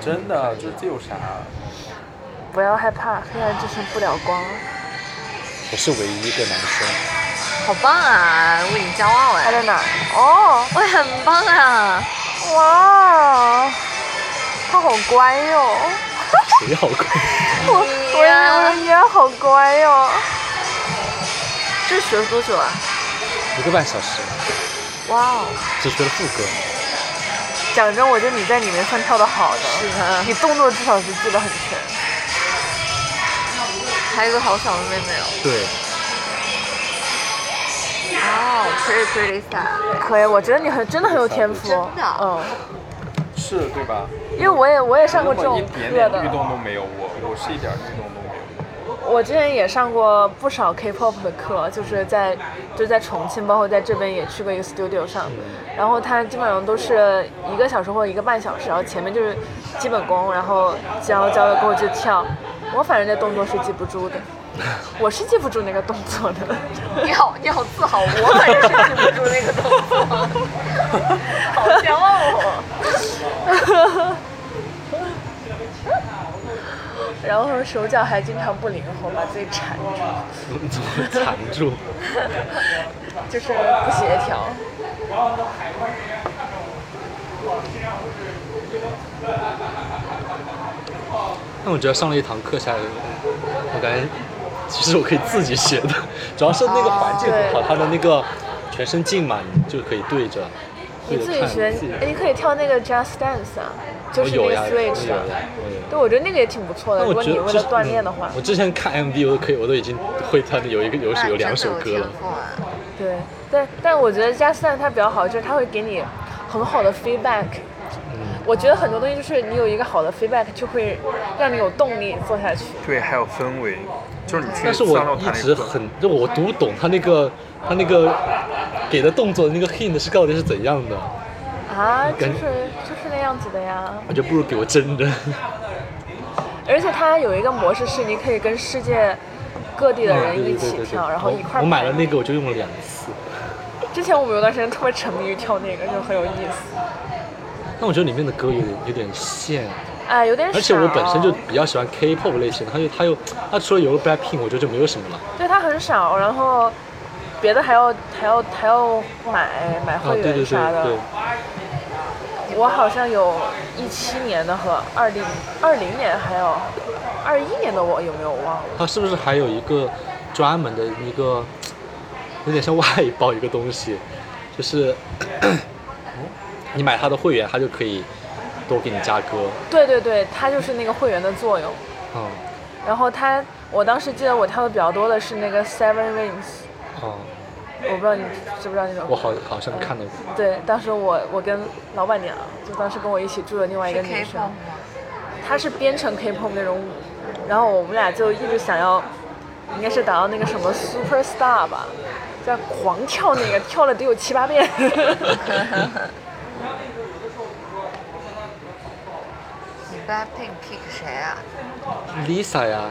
Speaker 4: 真的，就这有啥？
Speaker 2: 不要害怕，黑暗之城不了光，
Speaker 5: 我是唯一一个男
Speaker 2: *laughs*
Speaker 5: 生，
Speaker 3: 好棒啊！为你骄傲
Speaker 2: 他
Speaker 3: 哎，
Speaker 2: 在哪儿？哦，
Speaker 3: 我很棒啊！
Speaker 2: 哇，他好乖哟、
Speaker 5: 谁好看？
Speaker 2: 我我也
Speaker 3: 啊
Speaker 2: 我也觉得好乖哟、
Speaker 3: 这学了多久啊？
Speaker 5: 一个半小时，
Speaker 2: 哇哦，
Speaker 5: 只学了副歌。
Speaker 2: 讲真，我觉得你在里面算跳得好的，
Speaker 3: 是的
Speaker 2: 你动作至少是记得很全。
Speaker 3: 还有一个好小的妹妹哦。
Speaker 5: 对，
Speaker 3: 哦，Pretty Pretty Sad。
Speaker 2: 可以，我觉得你很真的很有天赋，
Speaker 3: 真的
Speaker 2: 嗯，
Speaker 4: 是对吧？
Speaker 2: 因为我也我也上过
Speaker 4: 我
Speaker 2: 这种
Speaker 4: 一点
Speaker 2: 课
Speaker 4: 点
Speaker 2: 的
Speaker 4: 律，动都没有，我我是一点律动都没有。
Speaker 2: 我之前也上过不少 K-pop 的课，就是在就在重庆，包括在这边也去过一个 studio 上，然后它基本上都是一个小时或者一个半小时，然后前面就是基本功，然后教教了过后就跳，我反正那动作是记不
Speaker 4: *laughs*
Speaker 2: 住的，我是记不住那个动作的。
Speaker 3: *laughs*
Speaker 2: *laughs*
Speaker 3: 你好，你好自豪，我反正是记不住那个动作，好骄傲哦。
Speaker 5: *laughs*
Speaker 2: 然后手脚还经常不灵活，把自己缠住，
Speaker 5: 怎么会缠住？
Speaker 2: 就是不协调。
Speaker 5: 但我觉得上了一堂课下来，我感觉其实我可以自己学的，主要是那个环境很好，
Speaker 2: 啊
Speaker 5: 它的那个全身镜嘛，你就可以对着，
Speaker 2: 你
Speaker 5: 对着
Speaker 2: 自己
Speaker 5: 看
Speaker 2: 学，哎，你可以跳那个 Just Dance 啊，就
Speaker 5: 我
Speaker 2: 是那
Speaker 5: 有
Speaker 2: 个
Speaker 5: 呀，我有
Speaker 2: Switch
Speaker 5: 呀
Speaker 2: 啊。，
Speaker 5: 我有。
Speaker 2: 对，我觉得那个也挺不错的。
Speaker 5: 但
Speaker 2: 如
Speaker 5: 我
Speaker 2: 果
Speaker 5: 觉
Speaker 2: 你
Speaker 5: 得
Speaker 2: 为
Speaker 5: 之
Speaker 2: 了锻炼的话哎
Speaker 5: 嗯，我之前看 MV 我都可以，我都已经会它的有一个有有两首歌了。
Speaker 3: 了。
Speaker 2: 对，但但我觉得 Just Dance 它比较好，就是它会给你很好的 feedback。我
Speaker 5: 嗯
Speaker 2: 觉得很多东西就是你有一个好的 feedback，就会让你有动力做下去。
Speaker 4: 对，还有氛围，就是你去
Speaker 5: 但是
Speaker 4: 上到
Speaker 5: 我
Speaker 4: 他
Speaker 5: 一
Speaker 4: 那个
Speaker 5: 直
Speaker 4: 课，
Speaker 5: 很，就我读不懂他那个他那个给的动作的那个 hint 是到底是怎样的，
Speaker 2: 啊，就
Speaker 5: 感
Speaker 2: 是就是那样子的呀。
Speaker 5: 我觉得不如给我真的。
Speaker 2: 而且它有一个模式是你可以跟世界各地的人
Speaker 5: 嗯对
Speaker 2: 一
Speaker 5: 对
Speaker 2: 起
Speaker 5: 对对对
Speaker 2: 跳，然后一块儿
Speaker 5: 我买了
Speaker 2: 拍
Speaker 5: 那个，我就用了两次。
Speaker 2: 之前我们有段时间特别沉迷于跳那个，就很有意思。
Speaker 5: 但我觉得里面的歌有点有点像，
Speaker 2: 哎，有点少。
Speaker 5: 而且我本身就比较喜欢 K-pop 类型的，它又它又它除了有了 Blackpink，我觉得就没有什么了。
Speaker 2: 对它很少，然后别的还要还要还要买买
Speaker 5: 啊，
Speaker 2: 会
Speaker 5: 对对
Speaker 2: 员
Speaker 5: 对
Speaker 2: 啥的。
Speaker 5: 对，
Speaker 2: 我好像有一七年的和二零二零年还有二一年的我有没有忘了？
Speaker 5: 它是不是还有一个专门的一个，有点像外包一个东西，就是 *clears throat* 咳你买它的会员，它就可以多给你加歌。
Speaker 2: 对对对，它就是那个会员的作用。
Speaker 4: 哦
Speaker 5: 嗯，
Speaker 2: 然后它，我当时记得我跳的比较多的是那个 Seven Rings，
Speaker 5: 哦、
Speaker 2: 我不知道你知不知道那首歌。
Speaker 5: 我好好像看到过。
Speaker 2: 对，当时我我跟老板娘，就当时跟我一起住的另外一个女生，她是编程 K-pop 那种舞，然后我们俩就一直想要，应该是达到那个什么 Super Star 吧，在狂跳那个，跳了得有七八遍。
Speaker 3: 你 Blackpink pick 谁啊？
Speaker 5: Lisa 呀，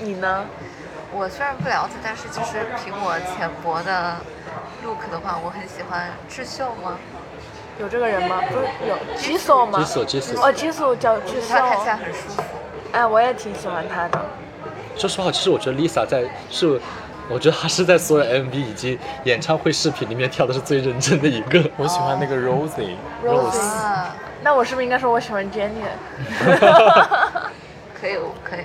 Speaker 2: 你呢？
Speaker 3: 我虽然不了解，但是就是凭我浅薄的 look 的话，我很喜欢智秀吗？
Speaker 2: 有这个人吗？不是有 Jisoo 吗
Speaker 5: Jisoo- Jisoo
Speaker 2: 哦，Jisoo 叫
Speaker 3: 我觉得她看起来
Speaker 2: Jisoo，
Speaker 3: 很舒服。
Speaker 2: 哎，我也挺喜欢他的。
Speaker 5: 说实话，其实我觉得 Lisa 在是，我觉得她是在所有 MV 以及演唱会视频里面跳的是最认真的一个。
Speaker 4: 我喜欢那个 Rosie，
Speaker 2: Rose，
Speaker 3: 啊，
Speaker 2: 那我是不是应该说我喜欢 Jennie？
Speaker 3: 可以，可 *laughs* 以。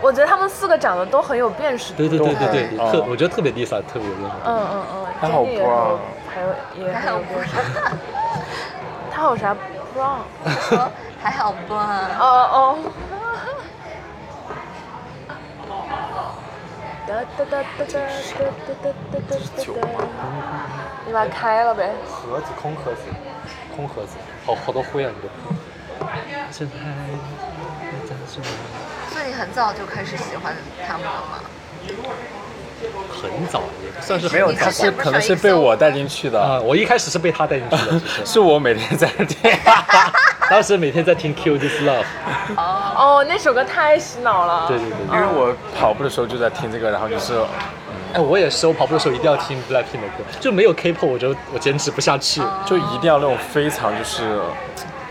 Speaker 2: 我觉得他们四个长得都很有辨识度。
Speaker 5: *laughs* 对对对对对，
Speaker 4: 哦
Speaker 5: 特我觉得特别 Lisa 特别有用。
Speaker 2: 嗯嗯嗯，
Speaker 4: 他好
Speaker 2: Jennie 也
Speaker 4: brown 啊
Speaker 2: 有还有也
Speaker 3: 还
Speaker 2: 很
Speaker 3: 好
Speaker 2: 有
Speaker 3: 不
Speaker 2: 辨识
Speaker 3: 是
Speaker 2: 度。他有啥 brown？
Speaker 3: 说哦还好吧。
Speaker 2: 哦哦。哒哒哒哒哒哒哒哒哒哒哒。你把它开了呗。
Speaker 5: 盒子空盒子，空盒子，好好多灰啊！你这。
Speaker 4: 啊
Speaker 5: 真爱，你在什么？
Speaker 3: 所以你很早就开始喜欢他们了吗？
Speaker 5: 很早，也不算是
Speaker 4: 没有，
Speaker 5: 很早
Speaker 4: 他是
Speaker 3: 你看
Speaker 4: 可能是被我带进去
Speaker 5: 啊！
Speaker 4: 的，
Speaker 5: 我一开始是被他带进
Speaker 2: *laughs*
Speaker 5: 去的，其实
Speaker 4: 是我每天 *laughs* 在这听。
Speaker 5: 当时每天在听《Kill This Love》，
Speaker 2: 哦，那首歌太洗脑了。
Speaker 5: 对对对
Speaker 4: 因为我跑步的时候就在听这个，然后就是
Speaker 5: 哎，我也是，我跑步的时候一定要听 BLACKPINK 的歌，就没有 K-pop 我就我坚持不下去。
Speaker 2: 哦
Speaker 4: 就一定要那种非常就是，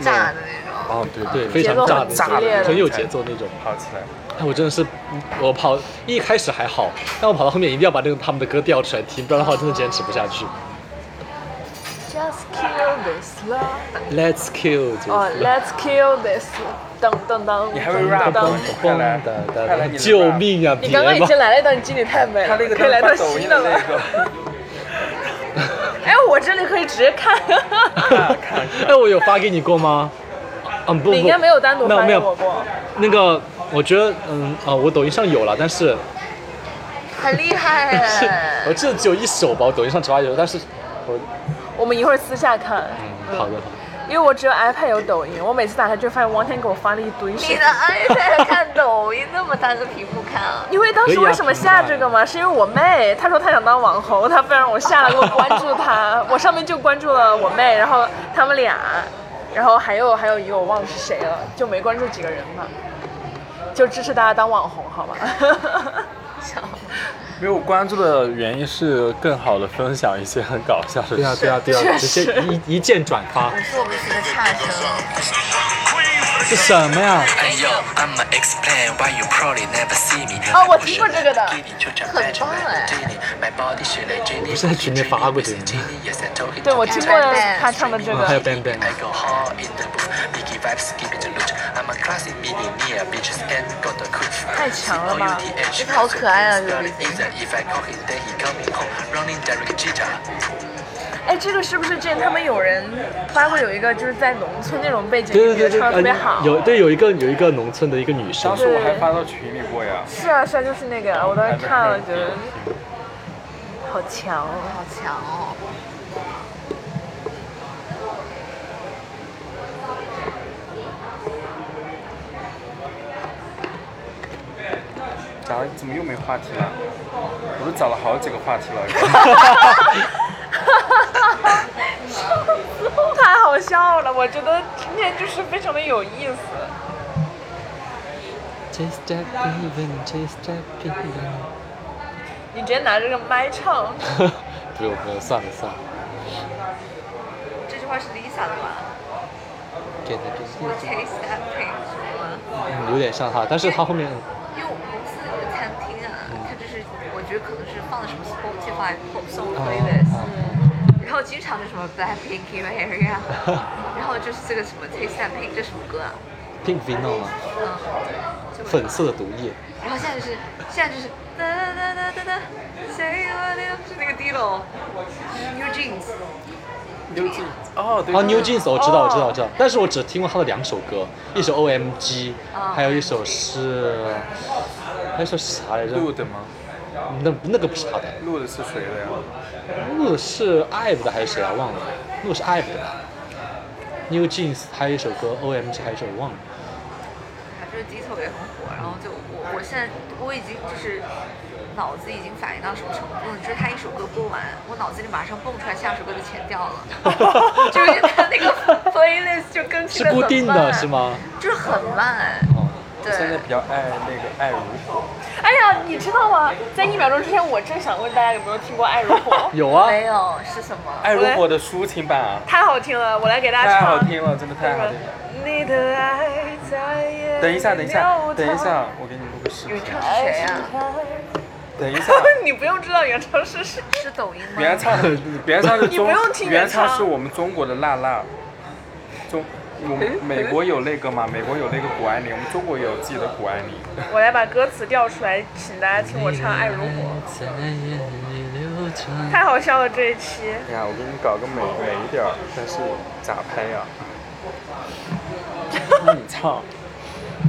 Speaker 3: 炸的那种。
Speaker 4: 哦对
Speaker 5: 对，非常
Speaker 2: 节奏
Speaker 5: 炸
Speaker 2: 很
Speaker 5: 的
Speaker 2: 激
Speaker 5: 那
Speaker 2: 烈
Speaker 5: 种，
Speaker 2: 的
Speaker 5: 很有节奏那种。
Speaker 4: 跑起来。
Speaker 5: 哎，我真的是，我跑一开始还好，但我跑到后面一定要把那个他们的歌调出来听，不然的话真的坚持不下去。
Speaker 2: Just kill this love。
Speaker 5: Let's kill 这
Speaker 2: 哦
Speaker 5: 个。
Speaker 2: ，Let's kill this。噔噔噔。
Speaker 4: 你还会 rap
Speaker 2: 噔
Speaker 4: 吗
Speaker 2: 噔
Speaker 5: 蹦哒哒哒救命啊！
Speaker 2: 你刚刚已
Speaker 5: 别吧
Speaker 2: 经来了一段，你经理太美了，可以来段新的了。哎，我这里可以直接
Speaker 4: *laughs*
Speaker 2: 看。
Speaker 5: *laughs* 哎，我有发给你过吗？嗯，不不，
Speaker 2: 你应该没有单独
Speaker 5: 那
Speaker 2: 发
Speaker 5: 没
Speaker 2: 给
Speaker 5: 有
Speaker 2: 我过。
Speaker 5: 那个，我觉得，嗯啊、我抖音上有了，但是
Speaker 3: 很厉害 *laughs*
Speaker 5: 是 *laughs* 我
Speaker 3: 哎！
Speaker 5: 记得只有一首吧，我抖音上只发有，但是我
Speaker 2: 我们一会儿私下看，
Speaker 5: 嗯，好的，好的
Speaker 2: 因为我只有 iPad 有抖音，我每次打开就发现王天给我发了一堆
Speaker 3: 你
Speaker 2: 视频
Speaker 3: 的。iPad 啊看抖音那么大个屏幕看啊？
Speaker 2: 因为当时为什么下这
Speaker 5: 啊
Speaker 2: 个嘛，是因为我妹，她说她想当网红，她非让我下来给我关注她， *laughs* 我上面就关注了我妹，然后他们俩，然后还有还有一个我忘了是谁了，就没关注几个人嘛，就支持大家当网红好吧。 *laughs*
Speaker 4: 没有关注的原因是更好的分享一些很搞笑的事。
Speaker 5: 对啊，对啊，对啊，
Speaker 2: 确
Speaker 5: 直
Speaker 2: 实
Speaker 5: 接一一键转
Speaker 2: *laughs*
Speaker 5: 发，
Speaker 3: 我说我们是个差生，
Speaker 5: 这什么呀？
Speaker 6: 哎呦，I'ma explain why you probably never see me。
Speaker 2: 哦我听过这个的
Speaker 3: 很棒哎
Speaker 5: 我不是在群里发过这个吗
Speaker 2: 对，我听过他唱的这
Speaker 5: 啊还有
Speaker 2: 个，
Speaker 5: Bang Bang，
Speaker 2: 太强了吧
Speaker 3: 这个好可爱啊这个李子
Speaker 2: 哎，这个是不是之前他们有人发过有一个就是在农村那种背景音
Speaker 5: 对对
Speaker 2: 乐
Speaker 5: 对对，
Speaker 2: 唱的特别好
Speaker 5: 呃，？有对有一个有一个农村的一个女生
Speaker 4: 当，时我还发到群里过呀。
Speaker 2: 是啊是啊，就是那个，我当时看了觉得好强 *laughs* 哦。
Speaker 3: 好强哦！
Speaker 4: 咋怎么又没话题了？我都找了好几个话题了。
Speaker 2: 太好笑了，我觉得今天就是非常的有意思。你直接拿这个麦唱， *laughs*
Speaker 5: 不用不用，算了算了，
Speaker 3: 这句话是 Lisa 的吗
Speaker 5: 给的给
Speaker 3: 我 Taste that pink 是吗？
Speaker 5: 嗯有点像她，但是她后面
Speaker 3: 因为我们公司有个餐厅啊，它就是我觉得可能是放的什么 Spotify pop song
Speaker 5: 嗯
Speaker 3: playlist，、然
Speaker 5: 啊
Speaker 3: 后经常就什么 Blackpink in my area，然
Speaker 6: *laughs*
Speaker 3: 后就是这个什么 Taste That Pink 这什么歌啊，嗯
Speaker 5: Pink Venom 啊，
Speaker 3: 就会
Speaker 5: 粉色的毒液，
Speaker 3: 然后现在就是现在就是哒哒哒哒哒哒，Say I love you，是那个 Dilo，New Jeans，
Speaker 4: *laughs* 哦，对
Speaker 5: 啊，New Jeans，我知道，
Speaker 2: 哦
Speaker 5: 我知道，我知道，但是我只听过他的两首歌，一首 OMG，
Speaker 3: 哦
Speaker 5: 还有一首是，还有一首是啥来着？
Speaker 4: 录的吗？
Speaker 5: 那那个不是他的，
Speaker 4: 录的是谁的呀？
Speaker 5: 那个是 IVE 的还是谁啊？忘了，那个是 IVE 的。New Jeans 还有一首歌，OMG 还有一首忘了。
Speaker 3: 反正 Dilo 也很火，然后就我我现在我已经就是脑子已经反应到什么程度呢？就是他一首歌播完，我脑子里马上蹦出来下首歌被剪
Speaker 6: *laughs*
Speaker 3: 掉了，就是他那个 playlist 就更新
Speaker 6: 是
Speaker 3: 得
Speaker 6: 固
Speaker 3: 很
Speaker 6: 定的
Speaker 3: 慢
Speaker 6: 是？吗？
Speaker 3: 就是很慢。
Speaker 6: 哦，，
Speaker 3: 对，
Speaker 7: 现在比较爱那个爱如
Speaker 4: *laughs*
Speaker 7: 火，
Speaker 2: 哎呀，你知道吗？在一秒钟之前，我正想问大家有没有听过《爱如火》
Speaker 7: *laughs*
Speaker 6: 有啊，
Speaker 3: 没有是什么？
Speaker 6: 哎
Speaker 7: 爱如火的抒情版啊，
Speaker 2: 太好听了，我来给大家
Speaker 7: 太
Speaker 2: 唱。
Speaker 7: 好听了，真的太好听了。
Speaker 2: 你的爱在夜
Speaker 7: 等一下，
Speaker 2: 里
Speaker 7: 等一下，
Speaker 2: 流淌哎
Speaker 7: 等一。下，我给你录个视频
Speaker 3: 原。唱是谁呀、
Speaker 7: 等一下，
Speaker 2: 你不用知道原唱是谁， *laughs*
Speaker 3: 是抖音吗？
Speaker 7: 原唱， *laughs* 原唱是中
Speaker 2: 你不用听，原
Speaker 7: 原
Speaker 2: 唱
Speaker 7: 唱是我们中国的辣辣。中，我
Speaker 2: 哎
Speaker 7: 们美国有那个嘛，美国有那个谷爱凌，我们中国也有自己的谷爱凌。
Speaker 2: 我来把歌词调出来，请大家听我唱《爱如火》。太好笑了这一期，
Speaker 7: 哎呀，我给你搞个美美一点儿，但是咋拍
Speaker 2: *laughs*
Speaker 7: 呀？那你唱，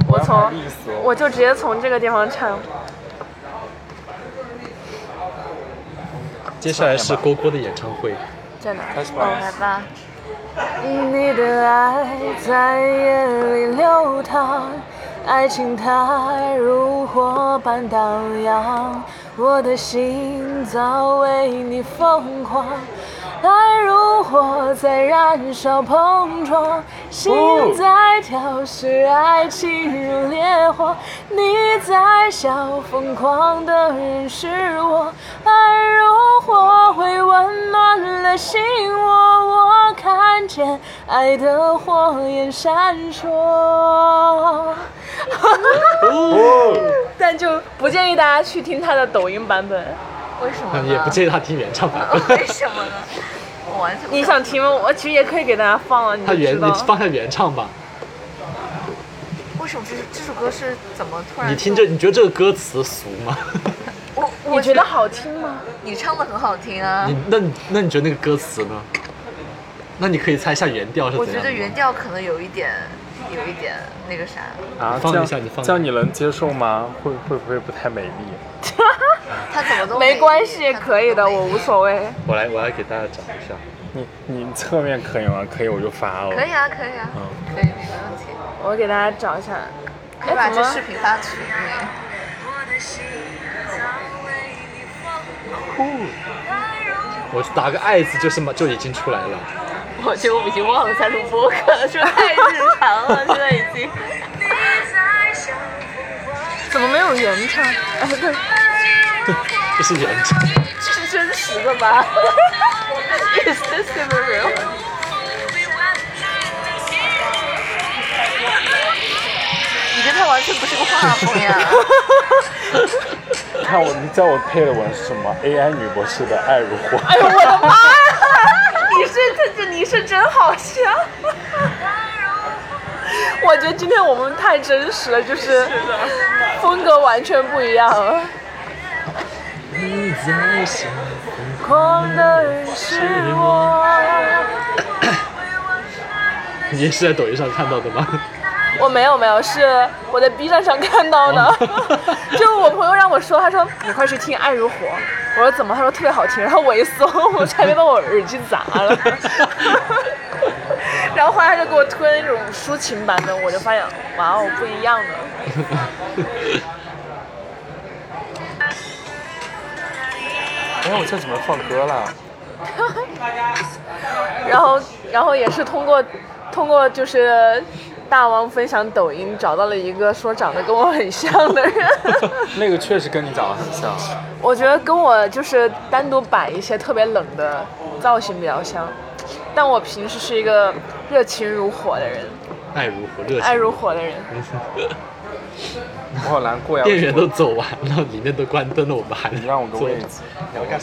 Speaker 2: 我
Speaker 7: 要
Speaker 2: 从
Speaker 7: 把意思哦
Speaker 2: 我就直接从这个地方唱。
Speaker 6: 接下来是郭郭的演唱会，
Speaker 2: 在哪？哦
Speaker 7: 开始吧。
Speaker 3: 来吧，
Speaker 2: 你的爱在夜里流淌，爱情它如火般荡漾，我的心早为你疯狂，爱如火在燃烧碰撞，心在跳，是爱情如烈火，你在笑，疯狂的人是我，爱如火会温暖了心窝，我看见爱的火焰闪烁。 *laughs* 但就不建议大家去听他的抖音版本。
Speaker 3: 为什么呢？
Speaker 6: *laughs* 也不建议他听原唱版本。
Speaker 3: *laughs* 为
Speaker 5: *laughs*
Speaker 3: 什么呢？我完全不
Speaker 2: 你
Speaker 3: 知道
Speaker 2: 想听吗？我其实也可以给大家放啊了，你
Speaker 6: 他
Speaker 2: 就
Speaker 6: 原
Speaker 2: 知
Speaker 6: 你
Speaker 2: 道。
Speaker 6: 放下原唱吧，
Speaker 3: 为什么这首这首歌是怎么突然？
Speaker 6: 你听这，你觉得这个歌词俗吗？
Speaker 3: 我
Speaker 2: 你
Speaker 3: 我
Speaker 2: 觉得好听吗？
Speaker 3: 你唱的很好听啊
Speaker 6: 你，那你那你觉得那个歌词呢？那你可以猜一下原调是
Speaker 3: 我
Speaker 6: 怎样的
Speaker 3: 觉
Speaker 6: 吗？
Speaker 3: 得原调可能有一点有一点那个啥，
Speaker 7: 啊，
Speaker 6: 放
Speaker 7: 这样
Speaker 6: 一下你放
Speaker 4: 这样你能接受吗？会会不会不太美丽？
Speaker 3: 他怎么都
Speaker 2: 没关系，
Speaker 3: 他怎么都
Speaker 2: 可以的，
Speaker 3: 没
Speaker 2: 我无所谓。
Speaker 6: 我来我来给大家找一下，
Speaker 4: 你你侧面可以吗？可以我就发了。
Speaker 3: 可以啊，可以啊，
Speaker 6: 嗯
Speaker 3: 可以，没问题。
Speaker 2: 我给大家找一下。
Speaker 3: 可以把
Speaker 2: 哎，怎
Speaker 3: 这
Speaker 2: 么
Speaker 3: 视频发群里。
Speaker 6: 我打个爱字就是嘛就已经出来了。
Speaker 3: 我觉得我已经忘了在录播客了，说
Speaker 2: *laughs*
Speaker 3: 太日常了，现在已经。
Speaker 2: 怎么没有原唱？哎，对，
Speaker 6: 这是原唱，
Speaker 2: 这是真实的 *laughs* 吧？Is this even real？
Speaker 3: *laughs* 你跟他完全不是个画风呀！
Speaker 4: 你看我，你知道我配的文是什么？AI 女博士的爱如火。
Speaker 2: 哎呦我的妈呀！
Speaker 3: *laughs*
Speaker 2: 你是这这你是真好笑。我觉得今天我们太真实了，就是风格完全不一样了。狂的人是我。
Speaker 6: *laughs* 你也是在抖音上看到的吗？
Speaker 2: 我没有没有，是我在 B 站上看到的
Speaker 6: 哦。
Speaker 2: *laughs* 就我朋友让我说，他说你快去听《爱如火》，我说怎么？他说特别好听。然后我一搜，我差点把我耳机砸了。然后后来他就给我推了那种抒情版本，我就发现哇哦不一样的。
Speaker 7: 哎，我这怎么放歌了？
Speaker 2: 然后然后也是通过通过就是大王分享抖音找到了一个说长得跟我很像的人。
Speaker 7: 那个确实跟你长得很像。
Speaker 2: 我觉得跟我就是单独摆一些特别冷的造型比较像，但我平时是一个热情如火的人，
Speaker 6: 爱如火，热情
Speaker 2: 爱如火的人。 *laughs*
Speaker 7: 我好难过呀。
Speaker 6: 店员都走完了，里面都关灯了，我们还能
Speaker 4: 你让我个
Speaker 6: 坐
Speaker 4: 位置，我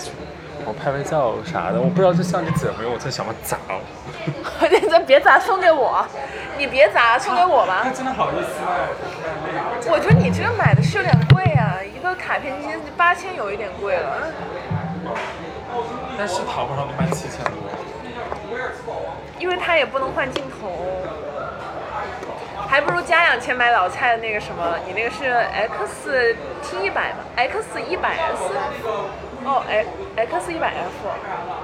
Speaker 4: 我拍拍照啥的，我不知道这相机怎么用，我真想把它砸了。
Speaker 2: 你这别砸，送
Speaker 7: *laughs*
Speaker 2: 给我，你别砸，送给我吧。
Speaker 7: 真的好意啊思吗？
Speaker 2: 我觉得你这个买的是有点贵啊，一个卡片机八千有一点贵了。
Speaker 4: 但是淘宝上都卖七千多。
Speaker 2: 因为它也不能换镜头，还不如家两千买老蔡的那个什么，你那个是 X T 一百吗？X 一百 S，哦，X X 一百 F，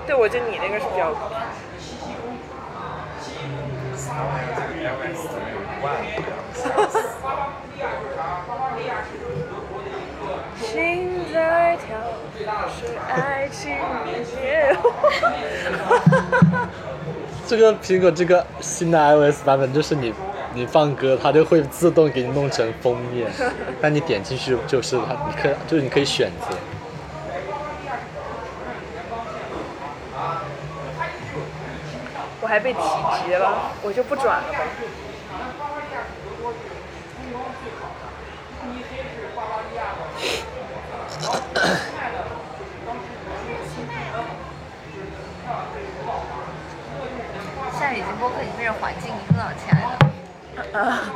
Speaker 2: 对，我觉得你那个是比较。心在是爱情耶。
Speaker 5: 这个苹果这个新的 iOS 版本，就是你你放歌，它就会自动给你弄成封
Speaker 3: *laughs*
Speaker 5: 面，但你点进去就是它，你可以就是你可以选择。
Speaker 2: 我还被提及了，我就不转了呗。
Speaker 3: 现在已经播客已经变成环境音了，亲爱的。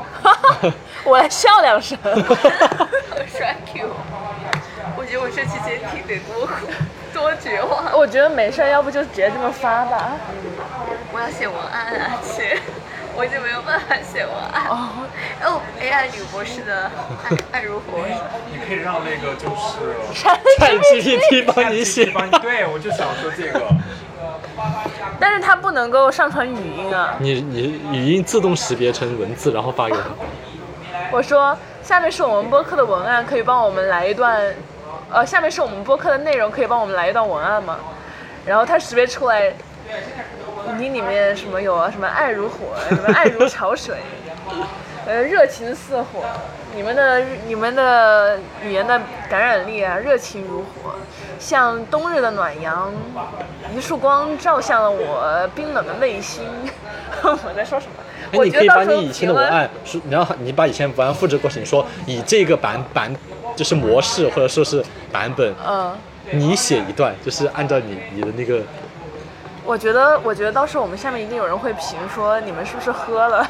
Speaker 2: *laughs* 我来笑两声。
Speaker 3: *laughs* 好帅 Q，我觉得我这期监听得多苦，多绝望。
Speaker 2: *laughs* 我觉得没事儿，要不就直接这么发吧。 *laughs*
Speaker 3: 我要写文案啊，切，我已经没有办法写文案。哦，AI 女博士的爱爱如火，
Speaker 4: 你可以让那个就是，
Speaker 5: 看 GPT 帮你写
Speaker 4: 帮你对我就想说这个，
Speaker 2: 但是它不能够上传语音啊。
Speaker 5: 你你语音自动识别成文字，然后发给
Speaker 2: *laughs*
Speaker 5: 他。哎
Speaker 2: 我说下面是我们播客的文案，可以帮我们来一段，呃，下面是我们播客的内容，可以帮我们来一段文案吗？然后它识别出来，你里面什么有啊？什么爱如火，什么爱如潮水，呃，热情似火。你们的你们的语言的感染力啊，热情如火，像冬日的暖阳，一束光照向了我冰冷的内心。 *laughs* 我在说什么？
Speaker 5: 哎，
Speaker 2: 我
Speaker 5: 你
Speaker 2: 觉得
Speaker 5: 可以
Speaker 2: 到
Speaker 5: 把
Speaker 2: 时候
Speaker 5: 你以前的
Speaker 2: 评
Speaker 5: 文
Speaker 2: 论
Speaker 5: 案说，然后你把以前文案复制过程，你说以这个版版就是模式或者说是版本，
Speaker 2: 嗯。
Speaker 5: 你写一段，就是按照你你的那个，
Speaker 2: 我觉得，我觉得到时候我们下面一定有人会评说你们是不是喝了，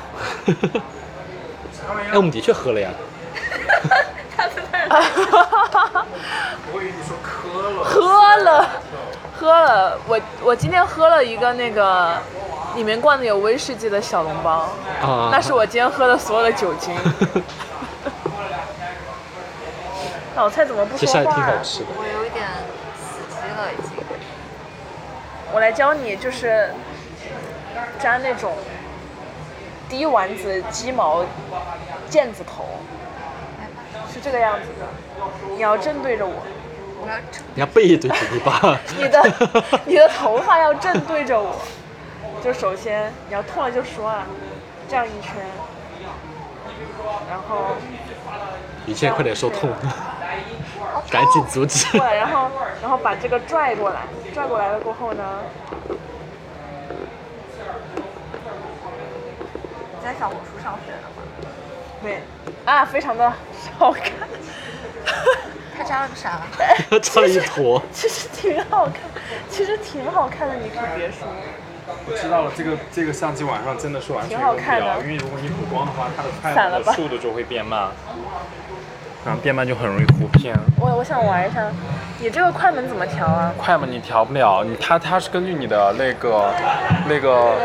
Speaker 5: 哎，我们的确喝了呀，
Speaker 4: 我以为你说磕了，
Speaker 2: 喝了，喝了。我我今天喝了一个那个里面灌的有威士忌的小笼包，
Speaker 5: 啊，
Speaker 2: 那是我今天喝的所有的酒
Speaker 4: *laughs*
Speaker 2: 精。老蔡怎么不
Speaker 5: 其
Speaker 2: 说
Speaker 5: 实还挺
Speaker 2: 话、
Speaker 5: 好
Speaker 2: 啊？
Speaker 5: 吃的。
Speaker 3: 我有一点死机了已经。
Speaker 2: 我来教你，就是粘那种滴丸子、鸡毛、毽子头，是这个样子的。你要正对着我。
Speaker 3: 我要出
Speaker 5: 你要背对着你吧，
Speaker 2: *laughs* 你
Speaker 5: *laughs*
Speaker 2: 的你的头发要正对着我，就首先你要痛了就说啊，这样一圈，然后
Speaker 5: 一切快点说痛，赶紧阻止。
Speaker 2: 过来，然后然后把这个拽过来，拽过来了过后呢，
Speaker 3: 在小红书上学的吗？
Speaker 2: 对，啊，非常的好看，
Speaker 3: 他扎了个啥？
Speaker 5: *laughs* 插了一坨，
Speaker 2: 其实挺好看，其实挺好看的，你可别说，
Speaker 4: 我知道了，这个这个相机晚上真的是完全
Speaker 2: 挺好
Speaker 4: 用不
Speaker 2: 看的啊
Speaker 4: 了，因为如果你补光的话，它的快
Speaker 2: 散
Speaker 4: 门
Speaker 2: 了
Speaker 4: 的
Speaker 2: 吧
Speaker 4: 速度就会变慢，然后变慢就很容易糊片。
Speaker 2: 我我想玩一下，你这个快门怎么调啊？
Speaker 4: 快门你调不了，你它它是根据你的那个那个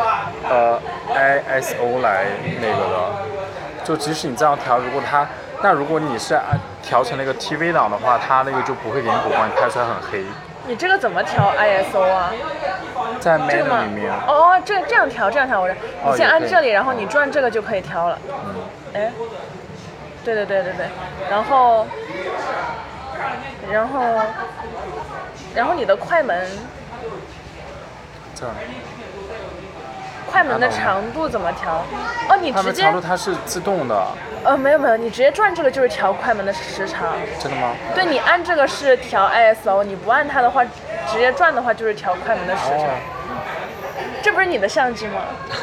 Speaker 4: 呃 ISO 来那个的，就即使你这样调，如果它那如果你是按调成那个 TV 档的话，它那个就不会给你补光，你拍出来很黑，
Speaker 2: 你这个怎么调 ISO 啊？
Speaker 4: 在 m
Speaker 2: 这
Speaker 4: e
Speaker 2: 个
Speaker 4: n
Speaker 2: 吗
Speaker 4: 里面。？
Speaker 2: 哦，这这样调，这样调，我这你
Speaker 4: 哦
Speaker 2: 先
Speaker 4: 也
Speaker 2: 按
Speaker 4: 可以
Speaker 2: 这里，然后你转这个就可以调了。哎，对对对对对，然后，然后，然后你的快门，
Speaker 4: 这样，
Speaker 2: 快门的
Speaker 4: 按到吗
Speaker 2: 长度怎么调？哦，你
Speaker 4: 快
Speaker 2: 直
Speaker 4: 门
Speaker 2: 接
Speaker 4: 长度它是自动的，
Speaker 2: 呃没有没有，你直接转这个就是调快门的时长。
Speaker 4: 真的吗？
Speaker 2: 对你按这个是调 ISO，你不按它的话，直接转的话就是调快门的时长。
Speaker 4: 哦，
Speaker 2: 这不是你的相机吗？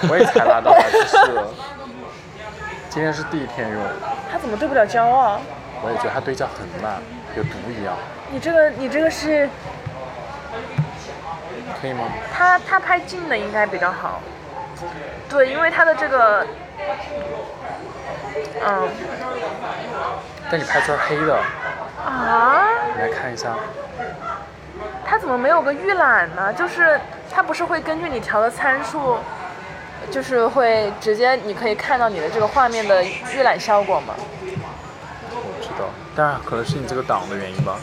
Speaker 4: 我也才拉到了，就是 *laughs* 今天是第一天用，
Speaker 2: 它怎么对不了焦啊？
Speaker 4: 我也觉得它对焦很慢，有毒一样，
Speaker 2: 你这个你这个是
Speaker 4: 可以吗？
Speaker 2: 他他拍近的应该比较好，对，因为他的这个，嗯
Speaker 4: 但你拍出来黑的，
Speaker 2: 啊，
Speaker 4: 你来看一下。
Speaker 2: 他怎么没有个预览呢？就是他不是会根据你调的参数，就是会直接你可以看到你的这个画面的预览效果吗？
Speaker 4: 知道，但是可能是你这个档的原因吧，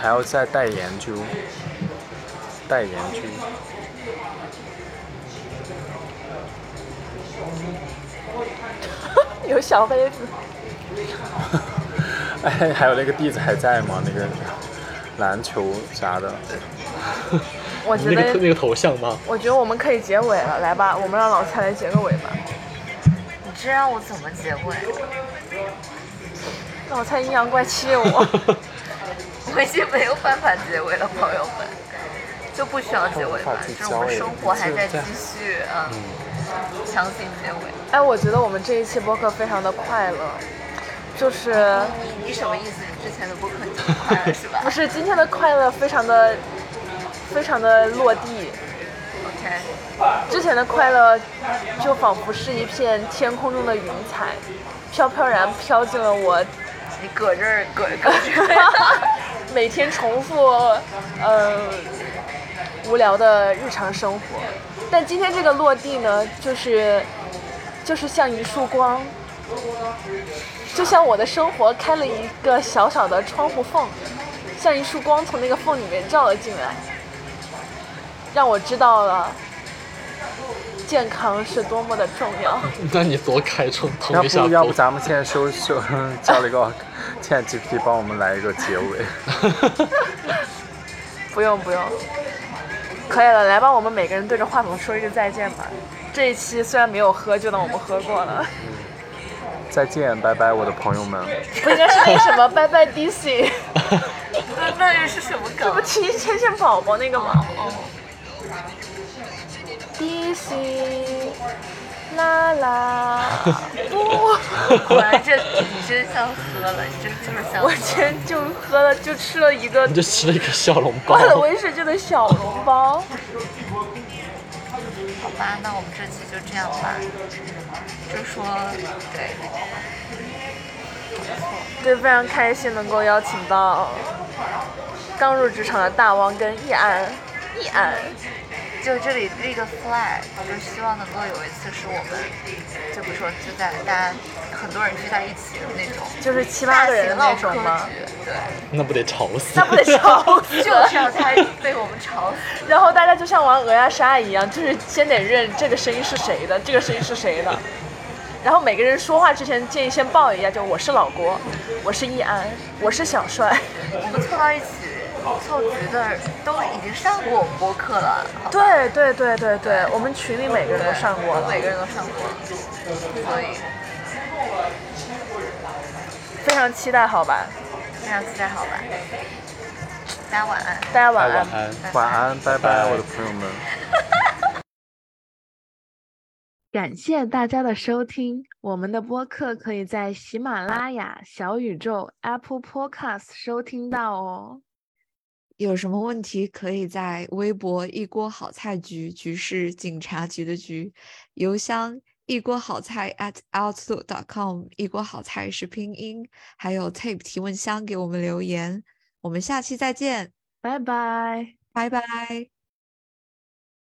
Speaker 4: 还要再带研究，带研究。
Speaker 7: *laughs*
Speaker 2: 有小黑子，
Speaker 4: 哎，还有那个地址还在吗？那个
Speaker 7: 篮球啥的。
Speaker 2: 我觉
Speaker 6: 那个头
Speaker 2: 得，
Speaker 6: 那个头像吗？
Speaker 2: 我觉得我们可以结尾了，来吧，我们让老蔡来结个尾吧。
Speaker 3: 你这让我怎么结尾？
Speaker 2: 老蔡阴阳怪气
Speaker 5: *laughs*
Speaker 2: 我，
Speaker 3: 我已经没有办法结尾了，朋友们，就不需要结尾吧，就是我们生活还在继续，嗯，强行结尾，
Speaker 2: 哎，我觉得我们这一期播客非常的快乐，就是
Speaker 3: 你你什么意思？你之前的播客你就不快了是吧 *laughs*
Speaker 2: 不是今天的快乐非常的非常的落地，
Speaker 3: ？OK，
Speaker 2: 之前的快乐就仿佛是一片天空中的云彩，飘飘然飘进了我
Speaker 3: 你搁这儿搁搁这儿， *laughs*
Speaker 2: *laughs* 每天重复呃无聊的日常生活。但今天这个落地呢，就是就是像一束光，就像我的生活开了一个小小的窗户缝，像一束光从那个缝里面照了进来，让我知道了健康是多么的重要。
Speaker 6: 那你多开创同
Speaker 7: 要
Speaker 6: 一下
Speaker 7: 不要不
Speaker 6: 头。
Speaker 7: 咱们现在收收 *laughs* 叫了一个 Chat GPT 帮我们来一个结尾。
Speaker 2: 不用不用，可以了，来吧，我们每个人对着话筒说一句再见吧。这一期虽然没有喝，就当我们喝过了，
Speaker 7: 再见，拜拜，我的朋友们。
Speaker 2: 不应该是那什么拜拜 *laughs* DC，
Speaker 3: 那那是什么梗
Speaker 2: 不？七天线宝宝那个吗？DC，啦啦，不， *laughs*
Speaker 3: 果然啊这你真像喝了，你这就是像喝
Speaker 2: 哦我
Speaker 3: 了。
Speaker 2: 今天就喝了，就吃了一个
Speaker 6: 你就吃了一个小笼包
Speaker 2: 灌，了威士忌的小笼包。
Speaker 3: 好吧，那我们这期就这样吧。就说对，
Speaker 2: 对，非常开心能够邀请到刚入职场的大王跟易安，易安，
Speaker 3: 就这里立个 flag，就希望能够有一次是我们，就比如说就在大家很多人聚在一起的那种
Speaker 2: 就是七八
Speaker 3: 大
Speaker 2: 个
Speaker 3: 型
Speaker 2: 人那
Speaker 3: 唠
Speaker 2: 种 *laughs*
Speaker 3: 嗑
Speaker 2: 吗？
Speaker 3: 局，对，
Speaker 6: 那不得吵死
Speaker 2: 那？不得吵
Speaker 6: *laughs*
Speaker 2: 死
Speaker 3: 就是要他被我们吵死。
Speaker 2: 然后大家就像玩鹅鸭杀一样，就是先得认这个声音是谁的，这个声音是谁的。然后每个人说话之前建议先报一下，就我是老郭，我是易安，我是小帅。
Speaker 3: 我们凑到一起凑局的都已经上过我们播客了，好吧
Speaker 2: *laughs* 对对对对对，我们群里每个人都上过了，
Speaker 3: 每个人都上过，所以
Speaker 2: 非常期待，好吧？
Speaker 3: 非常期待，好吧？大家晚安，
Speaker 2: 大家晚
Speaker 6: 晚
Speaker 2: 安。
Speaker 6: 安。
Speaker 3: 拜拜
Speaker 7: 晚。安，拜
Speaker 6: 拜
Speaker 7: 拜，
Speaker 6: 拜
Speaker 7: 我的朋友们。
Speaker 8: 感谢大家的收听，我们的播客可以在喜马拉雅、小宇宙、Apple Podcast 收听到哦。
Speaker 9: 有什么问题可以在微博“一锅好菜局”，局是警察局的局，邮箱一锅好菜 at outlook.com，一锅好菜是拼音，还有 tape 提问箱给我们留言，我们下期再见，
Speaker 8: 拜拜。
Speaker 9: 拜拜。